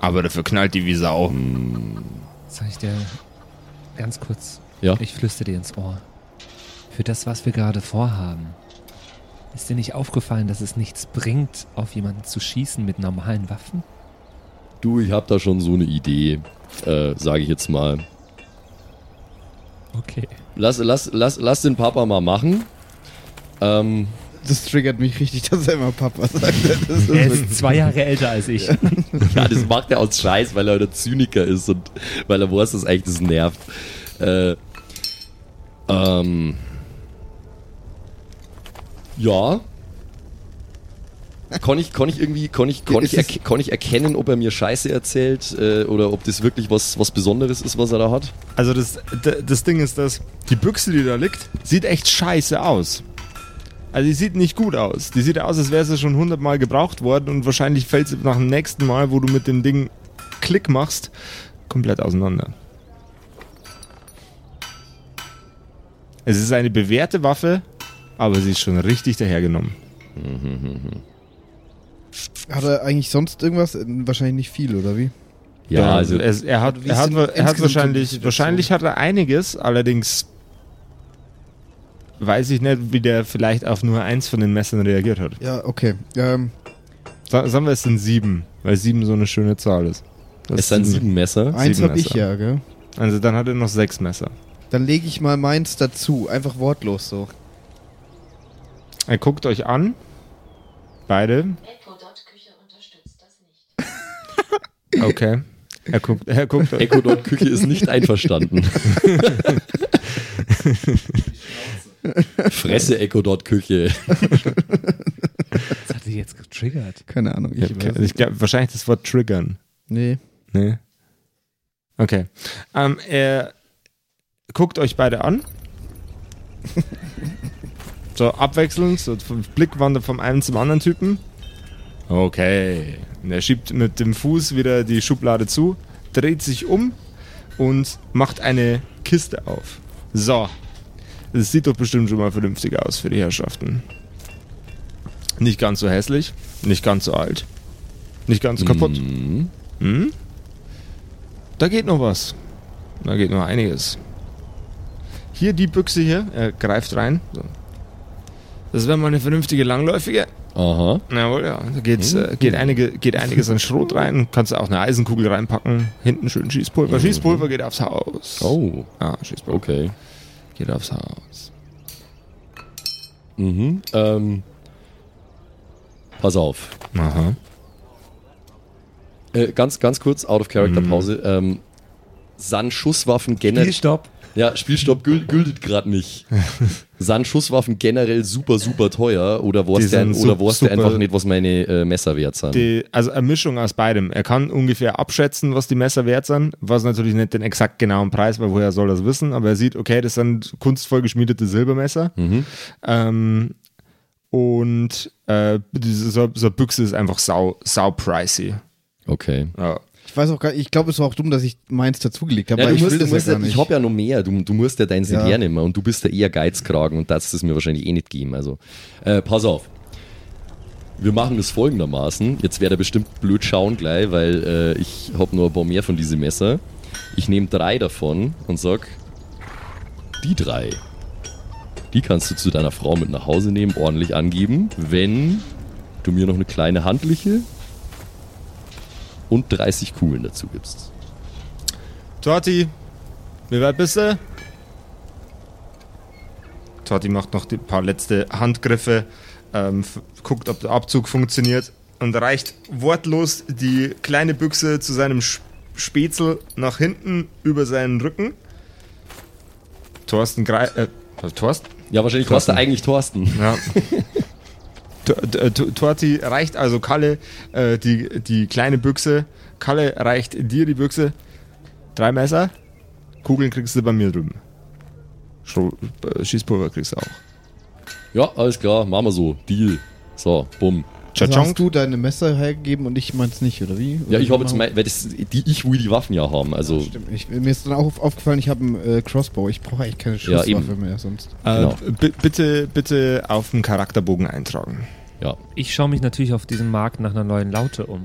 Speaker 2: Aber dafür knallt die wie Sau.
Speaker 4: Sag ich dir ganz kurz.
Speaker 1: Ja.
Speaker 4: Ich flüster dir ins Ohr. Für das, was wir gerade vorhaben, ist dir nicht aufgefallen, dass es nichts bringt, auf jemanden zu schießen mit normalen Waffen?
Speaker 1: Du, ich hab da schon so eine Idee, äh, sage ich jetzt mal. (laughs)
Speaker 4: Okay.
Speaker 1: Lass, lass, lass, lass den Papa mal machen. Ähm,
Speaker 3: Das triggert mich richtig, (laughs) dass er immer Papa sagt. Das ist
Speaker 4: Er
Speaker 3: wirklich-
Speaker 4: ist zwei Jahre älter als ich.
Speaker 1: ja, das macht er aus Scheiß, weil er der Zyniker ist und weil er weiß, dass eigentlich das nervt. Äh, ähm, ja. Kann ich, kann ich irgendwie, kann ich, kann
Speaker 3: Ist
Speaker 1: ich,
Speaker 3: es-
Speaker 1: erke- kann ich erkennen, ob er mir Scheiße erzählt äh, oder ob das wirklich was, was Besonderes ist, was er da hat?
Speaker 2: Also das, d- das Ding ist, dass die Büchse, die da liegt, sieht echt scheiße aus. Also die sieht nicht gut aus. Die sieht aus, als wäre sie schon hundertmal gebraucht worden und wahrscheinlich fällt sie nach dem nächsten Mal, wo du mit dem Ding Klick machst, komplett auseinander. Es ist eine bewährte Waffe, aber sie ist schon richtig dahergenommen.
Speaker 3: Hat er eigentlich sonst irgendwas? Äh, Wahrscheinlich nicht viel, oder wie?
Speaker 1: Ja, also
Speaker 2: er, er hat,
Speaker 3: Wie
Speaker 2: er
Speaker 3: ist
Speaker 2: hat,
Speaker 3: denn
Speaker 2: er hat
Speaker 3: insgesamt die
Speaker 2: wahrscheinlich,
Speaker 3: Situation?
Speaker 2: wahrscheinlich hat er einiges, allerdings weiß ich nicht, wie der vielleicht auf nur eins von den Messern reagiert hat.
Speaker 3: Ja, okay. Ähm,
Speaker 2: Sa- Sagen wir, es sind sieben, weil sieben so eine schöne Zahl ist. Das
Speaker 1: es sind sieben Messer.
Speaker 3: eins
Speaker 2: sieben
Speaker 3: habe ich
Speaker 2: Messer.
Speaker 3: ja, gell?
Speaker 2: Also dann hat er noch sechs Messer.
Speaker 3: Dann lege ich mal meins dazu. Einfach wortlos so.
Speaker 2: Er guckt euch an, beide,
Speaker 6: Echo-Dot-Küche unterstützt das nicht.
Speaker 2: okay. Er guckt,
Speaker 1: (laughs)
Speaker 2: er guckt,
Speaker 1: Echo dort Küche ist nicht einverstanden. Fresse Echo dort Küche.
Speaker 4: Das hat dich jetzt getriggert.
Speaker 3: Keine Ahnung. Ich
Speaker 2: ich,
Speaker 3: weiß.
Speaker 2: ich glaub, wahrscheinlich das Wort triggern.
Speaker 3: Nee.
Speaker 2: Nee. Okay. Ähm, er guckt euch beide an. so abwechselnd, so vom Blick wandert vom einen zum anderen Typen. Okay. Und er schiebt mit dem Fuß wieder die Schublade zu, dreht sich um und macht eine Kiste auf. So. Das sieht doch bestimmt schon mal vernünftig aus für die Herrschaften. Nicht ganz so hässlich, nicht ganz so alt, nicht ganz so kaputt.
Speaker 1: Mhm.
Speaker 2: Hm? Da geht noch was. Da geht noch einiges. Hier die Büchse hier, er greift rein. So. Das wäre mal eine vernünftige langläufige.
Speaker 1: Aha.
Speaker 2: Jawohl, ja. Da geht's,
Speaker 1: Mhm.
Speaker 2: äh, geht, einige, geht einiges an Schrot rein. Kannst auch eine Eisenkugel reinpacken. Hinten schön Schießpulver. Schießpulver geht aufs Haus.
Speaker 1: Mhm. Oh,
Speaker 2: Ah, Schießpulver
Speaker 1: okay.
Speaker 2: geht aufs Haus.
Speaker 1: Mhm. Ähm, pass auf.
Speaker 2: Aha.
Speaker 1: Äh, ganz, ganz kurz, out of character
Speaker 2: Mhm.
Speaker 1: Pause. Ähm, san Schusswaffen generell.
Speaker 4: Stopp.
Speaker 1: Ja, Spielstopp gül- gültet gerade
Speaker 2: (laughs)
Speaker 1: nicht. san Schusswaffen generell super, super teuer. Oder wo
Speaker 2: Die
Speaker 1: hast du ein-
Speaker 2: sind
Speaker 1: oder
Speaker 2: sup-
Speaker 1: wo hast du
Speaker 2: super-
Speaker 1: einfach nicht, was meine äh, Messer wert sind?
Speaker 2: Die, also eine Mischung aus beidem. Er kann ungefähr abschätzen, was die Messer wert sind, was natürlich nicht den exakt genauen Preis, weil woher soll das wissen, aber er sieht, okay, das sind kunstvoll geschmiedete Silbermesser. Ähm, und äh, diese so, so eine Büchse ist einfach sau, sau pricey.
Speaker 1: Okay.
Speaker 2: Ja.
Speaker 3: Ich weiß auch gar ich glaube, es war auch dumm, dass ich meins dazugelegt habe,
Speaker 1: Ja,
Speaker 3: weil
Speaker 1: du
Speaker 3: ich
Speaker 1: musst,
Speaker 3: will
Speaker 1: du
Speaker 3: das ja
Speaker 1: musst
Speaker 3: gar
Speaker 1: ja, ich
Speaker 3: nicht.
Speaker 1: hab ja noch mehr. Du, du musst ja deins
Speaker 3: Ja.
Speaker 1: nicht hernehmen und du bist ja eher Geizkragen und das ist mir wahrscheinlich eh nicht geben. Also, äh, pass auf. Wir machen das folgendermaßen. Jetzt wird er bestimmt blöd schauen gleich, weil äh, ich hab nur ein paar mehr von diese Messer. Ich nehme drei davon und sag, die drei, die kannst du zu deiner Frau mit nach Hause nehmen, ordentlich angeben, wenn du mir noch eine kleine handliche und 30 Kugeln dazu gibst.
Speaker 2: Totti, wie weit bist du? Totti macht noch die paar letzte Handgriffe, ähm, f- guckt, ob der Abzug funktioniert und reicht wortlos die kleine Büchse zu seinem Sch- Spätzl nach hinten über seinen Rücken. Thorsten greift. Äh, Thorsten?
Speaker 1: Ja, wahrscheinlich kostet er eigentlich Thorsten.
Speaker 2: Ja. T- t- t- Torti reicht also Kalle äh, die, die kleine Büchse. Kalle reicht dir die Büchse. Drei Messer. Kugeln kriegst du bei mir drüben. Schro- äh, Schießpulver kriegst du auch.
Speaker 1: Ja, alles klar, machen wir so. Deal. So, bumm.
Speaker 3: Also
Speaker 2: Tschatschong.
Speaker 3: hast du deine Messer hergegeben und ich meins nicht, oder wie?
Speaker 1: Ja,
Speaker 3: Oder
Speaker 1: ich
Speaker 3: wie
Speaker 1: habe jetzt
Speaker 3: machen
Speaker 1: mein, weil das, die, ich will die Waffen ja haben. Also,
Speaker 3: Stimmt, ich, mir ist dann auch auf- aufgefallen, ich habe einen äh, Crossbow. Ich brauche eigentlich keine
Speaker 1: Ja,
Speaker 3: Schusswaffe
Speaker 1: eben.
Speaker 3: mehr sonst.
Speaker 1: Genau.
Speaker 2: Äh, b- bitte, bitte auf den Charakterbogen eintragen.
Speaker 1: ja.
Speaker 4: Ich schaue mich natürlich auf diesem Markt nach einer neuen Laute um.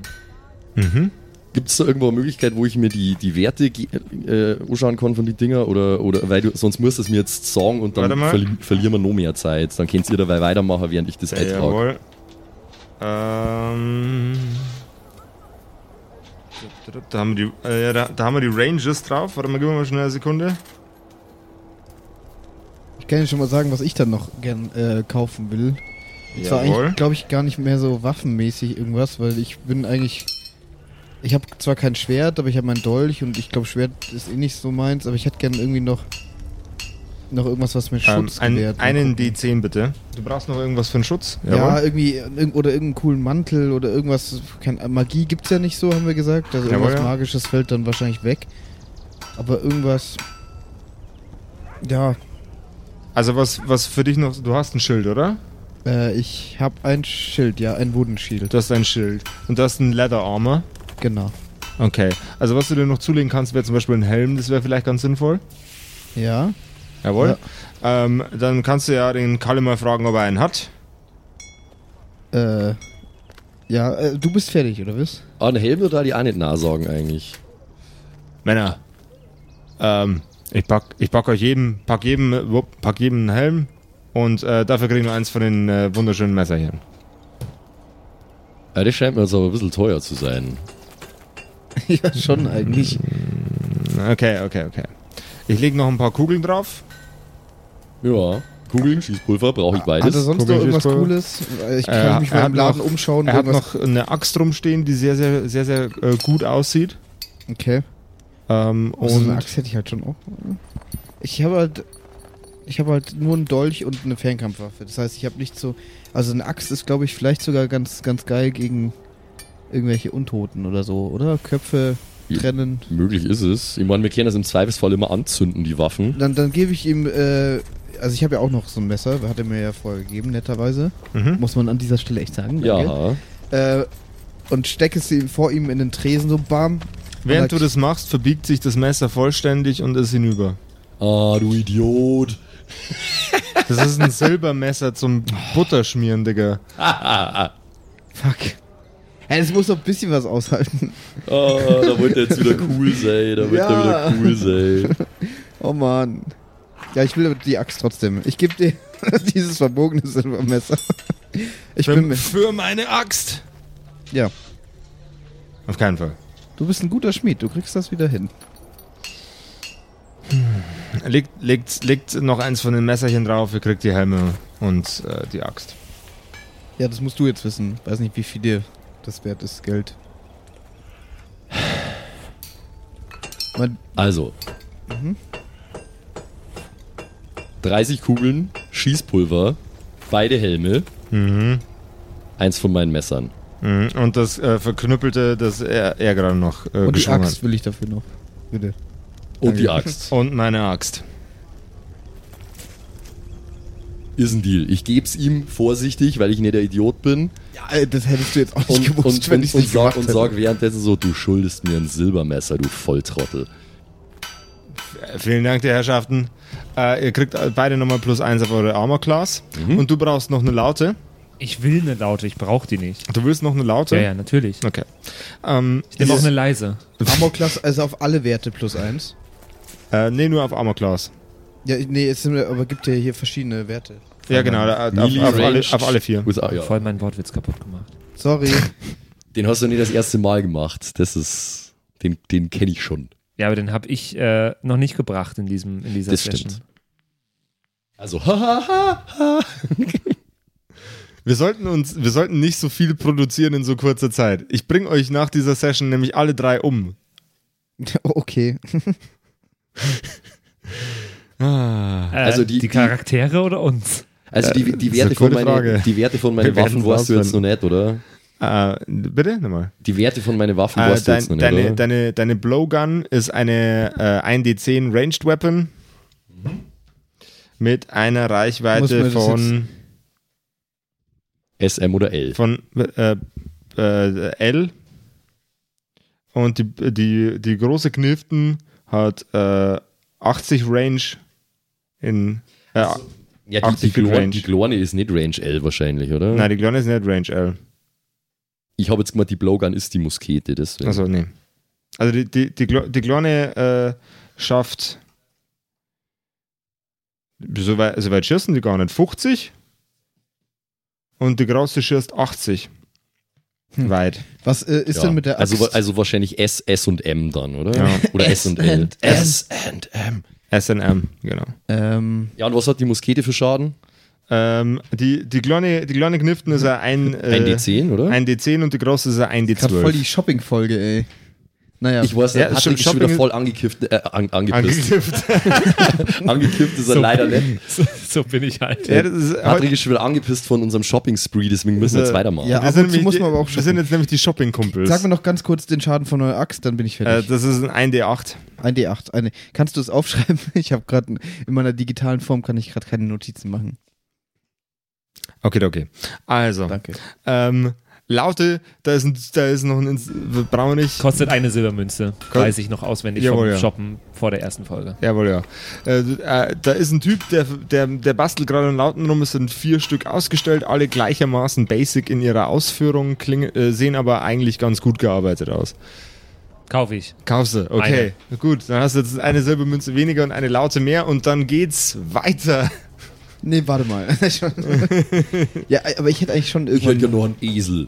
Speaker 1: Gibt es da irgendwo eine Möglichkeit, wo ich mir die, die Werte ge- äh, anschauen kann von den Dinger? Oder, oder weil du, sonst musst du es mir jetzt sagen und dann
Speaker 2: Warte mal.
Speaker 1: verli verlieren wir noch mehr Zeit. Dann könnt ihr dabei weitermachen, während ich das eintrage.
Speaker 2: Ähm. Da haben, wir die, äh, da, da haben wir die Ranges drauf. Warte mal, gib mir mal schnell eine Sekunde.
Speaker 3: Ich kann dir schon mal sagen, was ich dann noch gern äh, kaufen will. Es war
Speaker 2: Jawohl.
Speaker 3: eigentlich, glaube ich, gar nicht mehr so waffenmäßig irgendwas, weil ich bin eigentlich. Ich habe zwar kein Schwert, aber ich habe mein Dolch und ich glaube, Schwert ist eh nicht so meins, aber ich hätte gern irgendwie noch. Noch irgendwas, was mir
Speaker 2: Ähm,
Speaker 3: Schutz
Speaker 2: ein,
Speaker 3: gewährt. Mal
Speaker 2: einen
Speaker 3: gucken.
Speaker 2: D10 bitte. Du brauchst noch irgendwas für einen Schutz?
Speaker 3: Ja, irgendwie, irg- oder irgendeinen coolen Mantel oder irgendwas. Kein, Magie gibt's ja nicht so, haben wir gesagt. Also
Speaker 2: Jawohl,
Speaker 3: irgendwas
Speaker 2: ja.
Speaker 3: Magisches fällt dann wahrscheinlich weg. Aber irgendwas. Ja,
Speaker 2: Also was, was für dich noch, du hast ein Schild, oder?
Speaker 3: äh, ich hab ein Schild, ja, ein Wudenschild.
Speaker 2: Du hast ein Schild. Und du hast ein Leather Armor.
Speaker 3: Genau.
Speaker 2: Okay. Also was du dir noch zulegen kannst, wäre zum Beispiel ein Helm, das wäre vielleicht ganz sinnvoll.
Speaker 3: Ja.
Speaker 2: Jawohl. Ähm, dann kannst du ja den Kalle mal fragen, ob er einen hat.
Speaker 3: Äh, ja, äh, du bist fertig,
Speaker 2: (laughs)
Speaker 3: oder was?
Speaker 1: Ah, einen Helm würde da die auch nicht nachsagen eigentlich.
Speaker 2: Männer. Ähm, ich pack, ich pack euch jedem, pack jedem, wupp, pack jedem einen Helm und äh, dafür kriegen wir eins von den äh, wunderschönen Messer hier.
Speaker 1: Ja, Ah, das scheint mir jetzt aber ein bisschen teuer zu sein.
Speaker 3: ja, schon eigentlich.
Speaker 2: Okay, okay, okay. Ich lege noch ein paar Kugeln drauf.
Speaker 1: Ja. Kugeln, Schießpulver, brauche ich
Speaker 3: Hat er
Speaker 1: beides.
Speaker 3: sonst noch
Speaker 2: Guck ich
Speaker 3: irgendwas
Speaker 2: jetzt mal.
Speaker 3: Cooles? Äh, Ich
Speaker 2: Er-
Speaker 3: kann mich
Speaker 2: er
Speaker 3: mal
Speaker 2: hat
Speaker 3: im Laden
Speaker 2: noch-
Speaker 3: umschauen.
Speaker 2: Er hat
Speaker 3: irgendwas-
Speaker 2: noch eine Axt rumstehen, die sehr, sehr, sehr, sehr äh, gut aussieht.
Speaker 3: Okay.
Speaker 2: Ähm,
Speaker 3: Und so eine
Speaker 2: und
Speaker 3: Axt hätte ich halt schon auch. Ich habe halt. Ich habe halt nur einen Dolch und eine Fernkampfwaffe. Das heißt, ich habe nicht so. Also eine Axt ist, glaube ich, vielleicht sogar ganz, ganz geil gegen irgendwelche Untoten oder so, oder? Köpfe
Speaker 1: Ja.
Speaker 3: trennen.
Speaker 1: Möglich ist es. Ich meine, wir können das im Zweifelsfall immer anzünden, die Waffen.
Speaker 3: Dann, dann gebe ich ihm. Äh, also ich habe ja auch noch so ein Messer, hat er mir ja vorher gegeben, netterweise.
Speaker 2: Mhm.
Speaker 3: Muss man an dieser Stelle echt sagen. Danke.
Speaker 1: Ja.
Speaker 3: Äh, und stecke es ihm vor ihm in den Tresen, so bam.
Speaker 2: während du
Speaker 3: Und
Speaker 2: das machst, verbiegt sich das Messer vollständig und ist hinüber.
Speaker 1: Ah, du Idiot.
Speaker 2: Das
Speaker 3: (laughs)
Speaker 2: ist ein Silbermesser zum Butterschmieren, Digga.
Speaker 3: Fuck. Hä, das muss doch ein bisschen was aushalten.
Speaker 1: Oh, da wird er jetzt wieder cool sein. Da wird
Speaker 3: Ja.
Speaker 1: er wieder cool sein.
Speaker 3: Oh Mann. Ja, ich will aber die Axt trotzdem. Ich gebe dir (laughs) dieses verbogene Silbermesser. Ich bin mit.
Speaker 2: für meine Axt.
Speaker 3: Ja.
Speaker 2: Auf keinen Fall.
Speaker 3: Du bist ein guter Schmied, du kriegst das wieder hin.
Speaker 2: Legt, legt, legt noch eins von den Messerchen drauf, ihr kriegt die Helme und äh, die Axt.
Speaker 3: Ja, das musst du jetzt wissen. Weiß nicht, wie viel dir das wert ist, Geld. Man,
Speaker 1: Also. 30 Kugeln, Schießpulver, beide Helme,
Speaker 2: Mhm.
Speaker 1: eins von meinen Messern.
Speaker 2: Mhm. Und das äh, Verknüppelte, das er, er gerade noch äh,
Speaker 3: und die
Speaker 2: geschwungen
Speaker 3: Axt will ich dafür noch. Bitte.
Speaker 1: Und die
Speaker 3: Danke.
Speaker 1: Axt.
Speaker 2: hat. Und meine Axt.
Speaker 1: Ist ein Deal. Ich geb's ihm vorsichtig, weil ich nicht der Idiot bin.
Speaker 3: Ja, äh, das hättest du jetzt auch nicht
Speaker 1: Und,
Speaker 3: gewusst,
Speaker 1: und,
Speaker 3: wenn
Speaker 1: und,
Speaker 3: ich
Speaker 1: und,
Speaker 3: nicht
Speaker 1: sag,
Speaker 3: gemacht
Speaker 1: und
Speaker 3: hätte.
Speaker 1: sag währenddessen so, du schuldest mir ein Silbermesser, du Volltrottel.
Speaker 2: Äh, Vielen Dank, die Herrschaften. Äh, ihr kriegt äh, beide nochmal plus eins auf eure Armor Class.
Speaker 4: Mhm.
Speaker 2: Und du brauchst noch eine Laute.
Speaker 4: Ich will eine laute, ich brauche die nicht.
Speaker 2: Du willst noch eine Laute?
Speaker 4: Ja, ja, natürlich.
Speaker 2: Okay. Ähm,
Speaker 4: Ich nehme auch eine leise.
Speaker 3: Amokklasse, also auf alle Werte plus eins.
Speaker 2: äh, nee, nur auf Armor Class.
Speaker 3: Ja, nee, es sind, aber gibt ja hier verschiedene Werte.
Speaker 2: Ja, genau, da- auf,
Speaker 1: Melee
Speaker 2: auf, alle,
Speaker 1: ranged.
Speaker 2: auf alle vier.
Speaker 1: With- ah,
Speaker 4: Voll
Speaker 1: ja.
Speaker 4: meinen Wortwitz kaputt gemacht.
Speaker 3: Sorry.
Speaker 1: Den hast du nicht das erste Mal gemacht. Das ist, den, den kenne ich schon.
Speaker 4: Ja, aber den habe ich äh, noch nicht gebracht in, diesem, in dieser
Speaker 1: Das
Speaker 4: Session.
Speaker 1: stimmt. Also, hahaha.
Speaker 2: Wir sollten uns, wir sollten nicht so viel produzieren in so kurzer Zeit. Ich bringe euch nach dieser Session nämlich alle drei um.
Speaker 3: (laughs) okay.
Speaker 4: Äh,
Speaker 1: Also die-
Speaker 4: die
Speaker 1: die-
Speaker 4: Charaktere oder uns?
Speaker 1: Also die, die,
Speaker 2: ist
Speaker 1: Werte
Speaker 2: eine
Speaker 1: von meine,
Speaker 2: gute Frage.
Speaker 1: die Werte von
Speaker 2: Wir
Speaker 1: meinen
Speaker 2: werden
Speaker 1: Waffen warst du jetzt noch
Speaker 2: rausfinden.
Speaker 1: nicht, oder?
Speaker 2: Äh, bitte nochmal.
Speaker 1: Die Werte von meinen Waffen
Speaker 2: Äh,
Speaker 1: warst du
Speaker 2: dein,
Speaker 1: jetzt noch nicht,
Speaker 2: deine,
Speaker 1: oder?
Speaker 2: deine, deine Blowgun ist eine äh, 1D10 Ranged Weapon
Speaker 1: Mhm.
Speaker 2: mit einer
Speaker 3: Muss man
Speaker 2: Reichweite
Speaker 3: das
Speaker 2: von,
Speaker 1: SM oder L.
Speaker 2: von äh, äh, L. Und die, die, die große Kniften hat äh, 80 Range in. Äh,
Speaker 1: Ja, die, die,
Speaker 2: 80 Feet
Speaker 1: Glorne,
Speaker 2: Range.
Speaker 1: die Glorne ist nicht Range L wahrscheinlich, oder?
Speaker 2: Nein, die Glonne ist nicht Range L.
Speaker 1: Ich habe jetzt gemeint, die Blowgun ist die Muskete, deswegen.
Speaker 2: Also nee. Also die, die, die, Glo- die Glonne äh, schafft. So weit, so weit schießen die gar nicht. 50. Und die Grauste schießt 80.
Speaker 3: Hm.
Speaker 2: Weit.
Speaker 3: Was äh, ist
Speaker 1: ja.
Speaker 3: denn mit der Axt?
Speaker 1: Also, wa- also wahrscheinlich S, S und M dann, oder?
Speaker 2: Ja.
Speaker 1: Oder S, und L.
Speaker 3: and M.
Speaker 1: and M.
Speaker 2: SNM, genau.
Speaker 3: ähm,
Speaker 1: Ja, und was hat die Muskete für Schaden?
Speaker 2: Ähm, die, die, Glonne, die Glonne Kniften ist ein, äh,
Speaker 1: Ein D10, oder?
Speaker 2: 1D10 und die Große ist ein
Speaker 3: ich hab
Speaker 2: D12.
Speaker 3: voll die Shopping-Folge, ey. Naja. äh,
Speaker 1: ich weiß,
Speaker 2: Ja,
Speaker 1: ja, Patrick
Speaker 2: stimmt,
Speaker 1: ist schon wieder
Speaker 2: Shopping-
Speaker 1: voll angekifft, äh, an, angepisst.
Speaker 2: (laughs) Angegriffen.
Speaker 1: angekifft ist er
Speaker 4: So.
Speaker 1: leider nicht.
Speaker 4: So, so bin ich (laughs) halt.
Speaker 2: ja, das ist, heute,
Speaker 1: Patrick ist schon wieder angepisst von unserem Shopping-Spree, deswegen müssen wir
Speaker 2: Äh,
Speaker 1: jetzt weitermachen.
Speaker 3: ja.
Speaker 2: das
Speaker 3: ab
Speaker 2: sind
Speaker 3: und zu
Speaker 2: nämlich
Speaker 3: muss
Speaker 2: die-
Speaker 3: man aber auch
Speaker 2: wir sind
Speaker 3: shoppen.
Speaker 2: jetzt nämlich die Shopping-Kumpels.
Speaker 3: Sag mir noch ganz kurz den Schaden von eurer Axt, dann bin ich
Speaker 2: äh,
Speaker 3: fertig.
Speaker 2: das ist ein 1D8.
Speaker 3: ein D8. Eine. Kannst du es aufschreiben? (laughs) Ich habe gerade in meiner digitalen Form kann ich gerade keine Notizen machen.
Speaker 2: Okay, okay. Also.
Speaker 3: Danke.
Speaker 2: Ähm, Laute, da ist, ein, da ist noch ein. Ins- wir Brauchen wir nicht.
Speaker 4: Kostet eine Silbermünze.
Speaker 2: Kost-
Speaker 4: Weiß ich noch auswendig
Speaker 2: Jawohl,
Speaker 4: vom
Speaker 2: ja.
Speaker 4: Shoppen vor der ersten Folge.
Speaker 2: Jawohl, ja. Äh, äh, da ist ein Typ, der, der, der bastelt gerade einen Lauten rum. Es sind vier Stück ausgestellt, alle gleichermaßen basic in ihrer Ausführung, klingen, äh, sehen aber eigentlich ganz gut gearbeitet aus.
Speaker 4: Kaufe ich.
Speaker 2: Kaufst du, okay. Gut, dann hast du jetzt eine Silbermünze weniger und eine Laute mehr und dann geht's weiter.
Speaker 3: Nee, warte mal. (laughs) ja, aber ich hätte eigentlich schon
Speaker 1: Ich hätte ja
Speaker 3: irgendwann.
Speaker 1: nur einen Esel.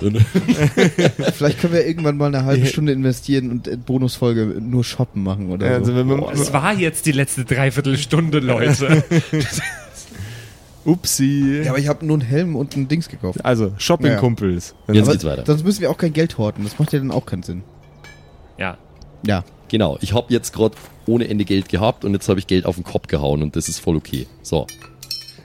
Speaker 1: (laughs)
Speaker 3: Vielleicht können wir irgendwann mal eine halbe Stunde investieren und äh, Bonusfolge nur shoppen machen oder
Speaker 2: Also,
Speaker 3: so.
Speaker 2: wenn man,
Speaker 4: Es war jetzt die letzte
Speaker 1: (laughs)
Speaker 4: Dreiviertelstunde, Leute.
Speaker 2: upsi.
Speaker 3: Ja, aber ich habe nur einen Helm und ein Dings gekauft.
Speaker 2: also, Shopping-Kumpels.
Speaker 1: Jetzt
Speaker 3: Aber
Speaker 1: geht's weiter.
Speaker 3: Sonst müssen wir auch kein Geld horten. Das macht ja dann auch keinen Sinn.
Speaker 4: ja.
Speaker 3: Ja.
Speaker 1: Genau, ich habe jetzt gerade ohne Ende Geld gehabt und jetzt habe ich Geld auf den Kopf gehauen und das ist voll okay. So,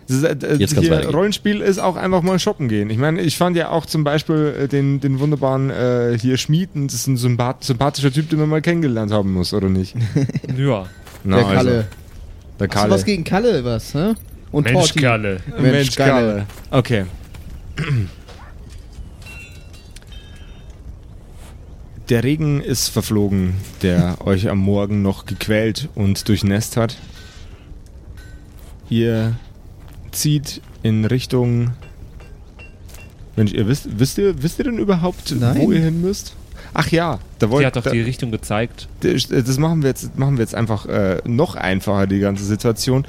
Speaker 2: Das ist, äh,
Speaker 1: Jetzt kann's
Speaker 2: hier,
Speaker 1: weitergehen.
Speaker 2: Rollenspiel ist auch einfach mal shoppen gehen. Ich meine, ich fand ja auch zum Beispiel äh, den, den wunderbaren äh, hier Schmieden, das ist ein sympath sympathischer Typ, den man mal kennengelernt haben muss, oder nicht?
Speaker 4: Ja.
Speaker 2: Na, also,
Speaker 3: der
Speaker 1: also.
Speaker 3: Kalle.
Speaker 2: Der
Speaker 3: Hast du
Speaker 2: Kalle.
Speaker 3: was gegen Kalle, was? Hä? Und
Speaker 4: Mensch,
Speaker 3: Torti.
Speaker 4: Kerle.
Speaker 2: Mensch, Kalle. Okay. Der Regen ist verflogen, der euch am Morgen noch gequält und durchnässt hat. Ihr zieht in Richtung. Mensch, ihr wisst, wisst ihr, wisst ihr denn überhaupt,
Speaker 3: Nein.
Speaker 2: wo ihr hin müsst? Ach ja, da wollt
Speaker 4: Sie hat doch
Speaker 2: da,
Speaker 4: die Richtung gezeigt.
Speaker 2: das das machen wir jetzt, machen wir jetzt einfach äh, noch einfacher, die ganze Situation.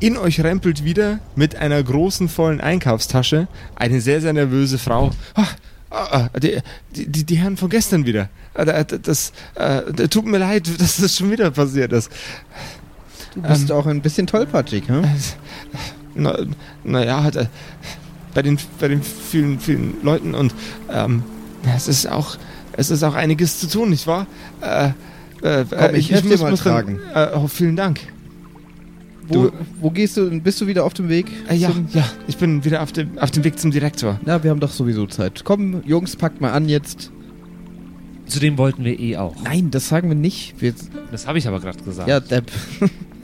Speaker 2: In euch rempelt wieder mit einer großen, vollen Einkaufstasche eine sehr, sehr nervöse Frau. Ah, ah, ah, die, die, die, die Herren von gestern wieder. Ah, da- da- Das, äh, da- tut mir leid, (laughs) dass das schon wieder passiert ist.
Speaker 3: Du bist
Speaker 2: Ähm.
Speaker 3: auch ein bisschen tollpatschig, ne?
Speaker 2: Na, naja, halt, äh, bei den, bei den vielen, vielen Leuten und ähm, es ist auch, es ist auch einiges zu tun, nicht wahr? Äh, äh,
Speaker 3: Komm, ich helf dir mal tragen.
Speaker 2: Dann, äh, oh, vielen Dank.
Speaker 3: Wo,
Speaker 2: Du-
Speaker 3: wo gehst du? denn? Bist du wieder auf dem Weg?
Speaker 2: Äh, ja,
Speaker 3: zum-
Speaker 2: ja, ich bin wieder auf dem, auf dem Weg zum Direktor.
Speaker 3: Na, wir haben doch sowieso Zeit. Komm, Jungs, packt mal an jetzt.
Speaker 4: Zudem wollten wir eh auch.
Speaker 3: Nein, das sagen wir nicht. Wir,
Speaker 4: Das habe ich aber gerade gesagt.
Speaker 3: ja, (laughs) Depp.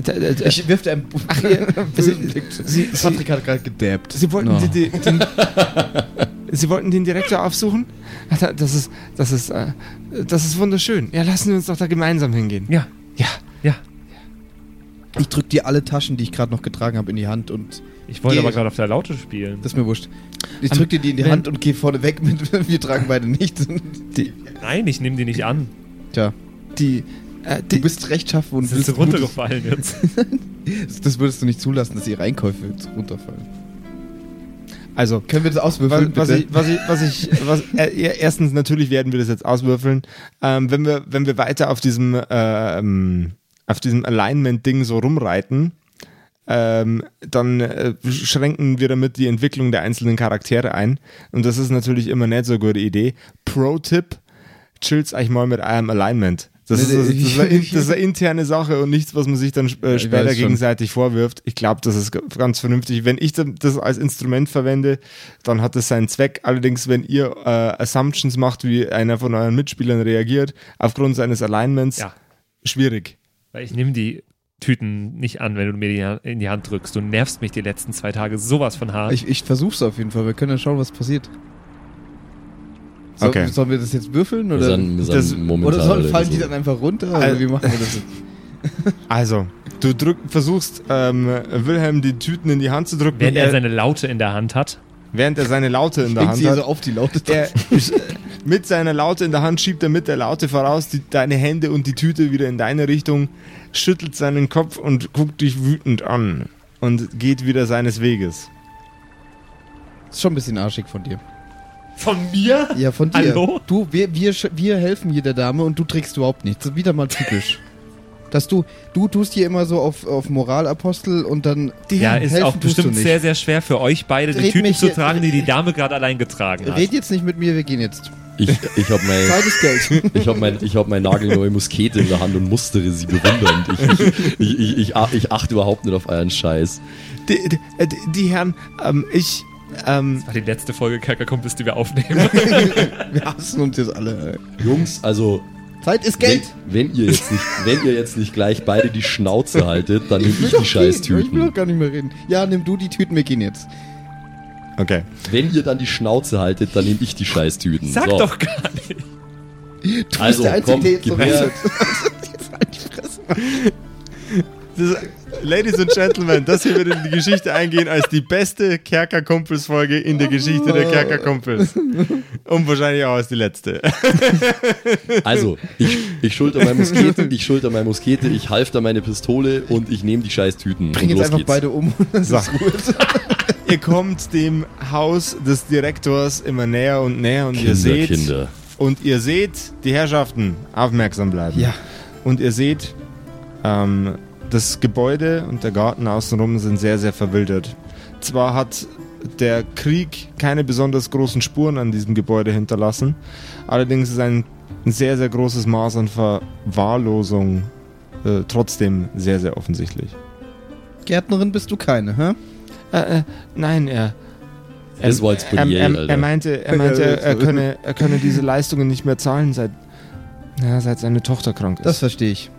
Speaker 2: Da, da, da,
Speaker 3: Ich wirf dir einen
Speaker 2: ach,
Speaker 3: (laughs)
Speaker 2: ihr, sie, sie, sie,
Speaker 3: Patrick hat gerade gedabbt.
Speaker 2: sie, wollten
Speaker 3: No.
Speaker 2: die, die,
Speaker 3: (laughs)
Speaker 2: den, sie wollten den Direktor aufsuchen? Ah, da- Das ist, das ist, äh, das ist wunderschön. Ja, lassen wir uns doch da gemeinsam hingehen.
Speaker 4: Ja.
Speaker 2: Ja.
Speaker 4: Ja.
Speaker 3: Ich drück dir alle Taschen, die ich gerade noch getragen habe, in die Hand und
Speaker 4: Ich wollte
Speaker 3: Geh.
Speaker 4: aber gerade auf der Laute spielen.
Speaker 3: das ist mir wurscht. Ich drück dir die in die
Speaker 2: wenn-
Speaker 3: Hand und geh vorne weg (laughs) mit, wir tragen beide nichts.
Speaker 4: Nein, ich nehme die nicht an.
Speaker 3: Tja,
Speaker 2: Die, äh,
Speaker 3: du
Speaker 2: die,
Speaker 3: bist rechtschaffen und
Speaker 4: Das
Speaker 3: willst
Speaker 4: ist
Speaker 3: Gutes.
Speaker 4: runtergefallen jetzt.
Speaker 3: Das würdest du nicht zulassen, dass ihre Einkäufe jetzt runterfallen.
Speaker 2: also,
Speaker 3: Können wir das
Speaker 2: was,
Speaker 3: auswürfeln,
Speaker 2: was
Speaker 3: bitte?
Speaker 2: ich, was ich, was ich, was, (laughs) äh, ja, erstens natürlich werden wir das jetzt auswürfeln. Ähm, wenn wir, wenn wir weiter auf diesem, ähm, auf diesem Alignment-Ding so rumreiten, ähm, dann äh, schränken wir damit die Entwicklung der einzelnen Charaktere ein. Und das ist natürlich immer nicht so eine gute Idee. Pro-Tipp: chillt euch mal mit eurem Alignment. Das,
Speaker 3: Nee,
Speaker 2: ist, das, ist,
Speaker 3: nee,
Speaker 2: eine,
Speaker 3: ich-
Speaker 2: das
Speaker 3: (laughs)
Speaker 2: ist eine interne Sache und nichts, was man sich dann äh,
Speaker 3: ich
Speaker 2: später
Speaker 3: weiß schon.
Speaker 2: gegenseitig vorwirft. Ich glaube, das ist g- ganz vernünftig. Wenn ich dann das als Instrument verwende, dann hat das seinen Zweck. Allerdings, wenn ihr äh, Assumptions macht, wie einer von euren Mitspielern reagiert, aufgrund seines Alignments,
Speaker 4: Ja.
Speaker 2: schwierig.
Speaker 4: Weil ich nehme die Tüten nicht an, wenn du mir die Ha- in die Hand drückst. Du nervst mich die letzten zwei Tage sowas von hart.
Speaker 3: Ich, ich versuch's auf jeden Fall. Wir können ja schauen, was passiert. So,
Speaker 2: Okay.
Speaker 3: Sollen wir das jetzt würfeln? Oder,
Speaker 2: das-
Speaker 3: oder sollen, fallen die dann einfach runter? Oder
Speaker 2: Also-
Speaker 3: wie machen wir das jetzt?
Speaker 2: Also, du drück, versuchst ähm, Wilhelm die Tüten in die Hand zu drücken,
Speaker 4: Wenn er
Speaker 2: er-
Speaker 4: seine Laute in der Hand hat.
Speaker 2: während er seine Laute in der
Speaker 3: Hängt
Speaker 2: Hand
Speaker 3: sie halt
Speaker 2: hat.
Speaker 3: so auf die Laute
Speaker 2: Er, äh, mit seiner Laute in der Hand schiebt er mit der Laute voraus die, deine Hände und die Tüte wieder in deine Richtung, schüttelt seinen Kopf und guckt dich wütend an und geht wieder seines Weges.
Speaker 3: Ist schon ein bisschen arschig von dir.
Speaker 4: Von mir?
Speaker 3: Ja, von dir.
Speaker 4: Hallo?
Speaker 3: Du, wir, wir, sch- wir helfen hier der Dame und du trägst überhaupt nichts. Das ist Wieder mal typisch. Dass du, du tust hier immer so auf, auf Moralapostel und dann die
Speaker 4: Ja, ist auch bestimmt sehr, sehr schwer für euch beide, die
Speaker 3: Red
Speaker 4: Tüten
Speaker 3: mich
Speaker 4: zu
Speaker 3: hier-
Speaker 4: tragen, die die Dame gerade allein getragen hat.
Speaker 3: Red jetzt nicht mit mir, wir gehen jetzt.
Speaker 1: Ich, ich habe mein,
Speaker 3: Zweites Geld.
Speaker 1: ich hab mein, ich hab meine nagelneue Muskete in der Hand und mustere sie bewundernd. Ich, ich, ich, ich, ach- ich achte überhaupt nicht auf euren Scheiß.
Speaker 2: Die, die, äh, die- die Herren, ähm, ich, ähm,
Speaker 4: Das war die letzte Folge Kerkerkumpels, die wir aufnehmen.
Speaker 3: wir hassen uns jetzt alle.
Speaker 1: Jungs, also
Speaker 3: Zeit ist Geld.
Speaker 1: Wenn, wenn, ihr jetzt nicht, wenn ihr jetzt nicht gleich beide die Schnauze haltet, dann nehme ich,
Speaker 3: doch
Speaker 1: die
Speaker 3: gehen. Ich will
Speaker 1: Scheißtüten.
Speaker 3: doch gar nicht mehr reden. Ja, nimm du die Tüten, wir gehen jetzt.
Speaker 2: okay.
Speaker 1: Wenn ihr dann die Schnauze haltet, dann nehme ich die Scheißtüten.
Speaker 4: Sag
Speaker 1: so,
Speaker 4: doch gar nicht.
Speaker 3: Du
Speaker 1: Also, komm,
Speaker 3: so
Speaker 1: gib her.
Speaker 3: redet. Jetzt halt die Fresse.
Speaker 2: Das, Ladies and Gentlemen, das hier wird in die Geschichte eingehen als die beste Kerkerkumpels-Folge in der Geschichte der Kerkerkumpels. Und wahrscheinlich auch als die letzte.
Speaker 1: Also, ich, ich schulter meine Muskete, ich schulter meine Muskete, ich halfter meine Pistole und ich nehme die Scheißtüten.
Speaker 3: Bring
Speaker 1: und
Speaker 3: jetzt
Speaker 1: los
Speaker 3: einfach
Speaker 1: geht's.
Speaker 3: beide um. Das
Speaker 2: So.
Speaker 3: ist gut.
Speaker 2: Ihr kommt dem Haus des Direktors immer näher und näher und ihr
Speaker 1: Kinder,
Speaker 2: seht
Speaker 1: Kinder.
Speaker 2: und ihr seht die Herrschaften aufmerksam bleiben.
Speaker 3: Ja.
Speaker 2: Und ihr seht ähm, das Gebäude und der Garten außenrum sind sehr sehr verwildert. Zwar hat der Krieg keine besonders großen Spuren an diesem Gebäude hinterlassen, allerdings ist ein sehr sehr großes Maß an Verwahrlosung äh, trotzdem sehr sehr offensichtlich.
Speaker 3: (laughs) Gärtnerin bist du keine, hä?
Speaker 2: Äh, äh, nein, er.
Speaker 1: Das war jetzt
Speaker 2: er,
Speaker 1: Bonnier,
Speaker 2: er,
Speaker 1: Alter.
Speaker 2: er meinte, er, meinte er, könne, er könne diese Leistungen nicht mehr zahlen, seit, ja, seit seine Tochter krank ist.
Speaker 3: Das verstehe ich.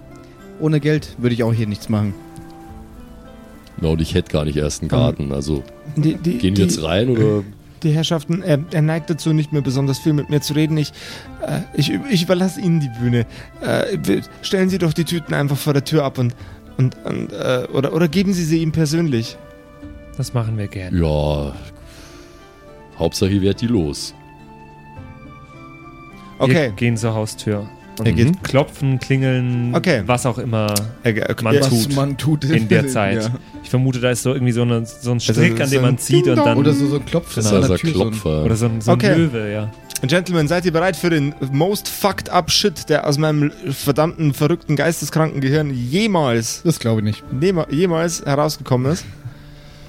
Speaker 3: Ohne Geld würde ich auch hier nichts machen.
Speaker 1: Na, und ich hätte gar nicht erst einen Garten. Also,
Speaker 2: die, die,
Speaker 1: gehen
Speaker 2: die,
Speaker 1: wir jetzt rein oder
Speaker 2: die Herrschaften, er, er neigt dazu, nicht mehr besonders viel mit mir zu reden. Ich, äh, ich, ich überlasse Ihnen die Bühne. Äh, wir- stellen Sie doch die Tüten einfach vor der Tür ab und Und, und, äh, oder, oder geben Sie sie ihm persönlich.
Speaker 4: Das machen wir gerne.
Speaker 1: Ja. Hauptsache, ihr werdet die los.
Speaker 3: Genau,
Speaker 2: Okay. Mhm.
Speaker 4: Wir gehen zur Haustür.
Speaker 2: Er geht-
Speaker 4: Klopfen, klingeln,
Speaker 2: Okay.
Speaker 4: was auch immer
Speaker 2: er- er-
Speaker 4: Man
Speaker 2: er-
Speaker 3: was
Speaker 4: tut.
Speaker 3: man tut
Speaker 4: in der Zeit. Ich vermute, da ist so irgendwie so, eine, so ein
Speaker 2: das
Speaker 4: Strick, an
Speaker 2: ist so
Speaker 4: dem
Speaker 2: ein
Speaker 4: man zieht und dann.
Speaker 3: Oder so, so ein Klopf
Speaker 1: Das
Speaker 3: an
Speaker 1: ist unser
Speaker 3: der Tür, so ein-
Speaker 1: Klopfer.
Speaker 4: oder so ein, so ein
Speaker 2: Okay.
Speaker 4: Löwe, ja.
Speaker 2: Gentlemen, seid ihr bereit für den most fucked up Shit, der aus meinem verdammten, verrückten, geisteskranken Gehirn jemals,
Speaker 3: Das glaube ich nicht.
Speaker 2: nema- jemals herausgekommen ist?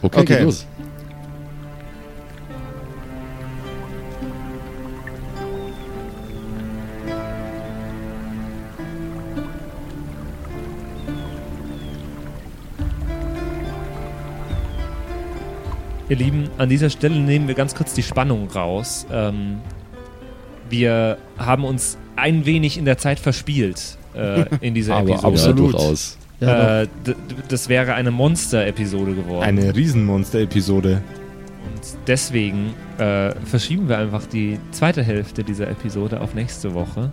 Speaker 1: okay,
Speaker 2: Okay.
Speaker 1: geht los.
Speaker 4: Ihr Lieben, an dieser Stelle nehmen wir ganz kurz die Spannung raus. Ähm, wir haben uns ein wenig in der Zeit verspielt äh,
Speaker 2: (laughs)
Speaker 4: in dieser Episode.
Speaker 2: absolut.
Speaker 1: Ja, durchaus.
Speaker 4: Äh, d- d- das wäre eine Monster-Episode geworden.
Speaker 2: Eine Riesenmonster-Episode.
Speaker 4: Und deswegen äh, verschieben wir einfach die zweite Hälfte dieser Episode auf nächste Woche.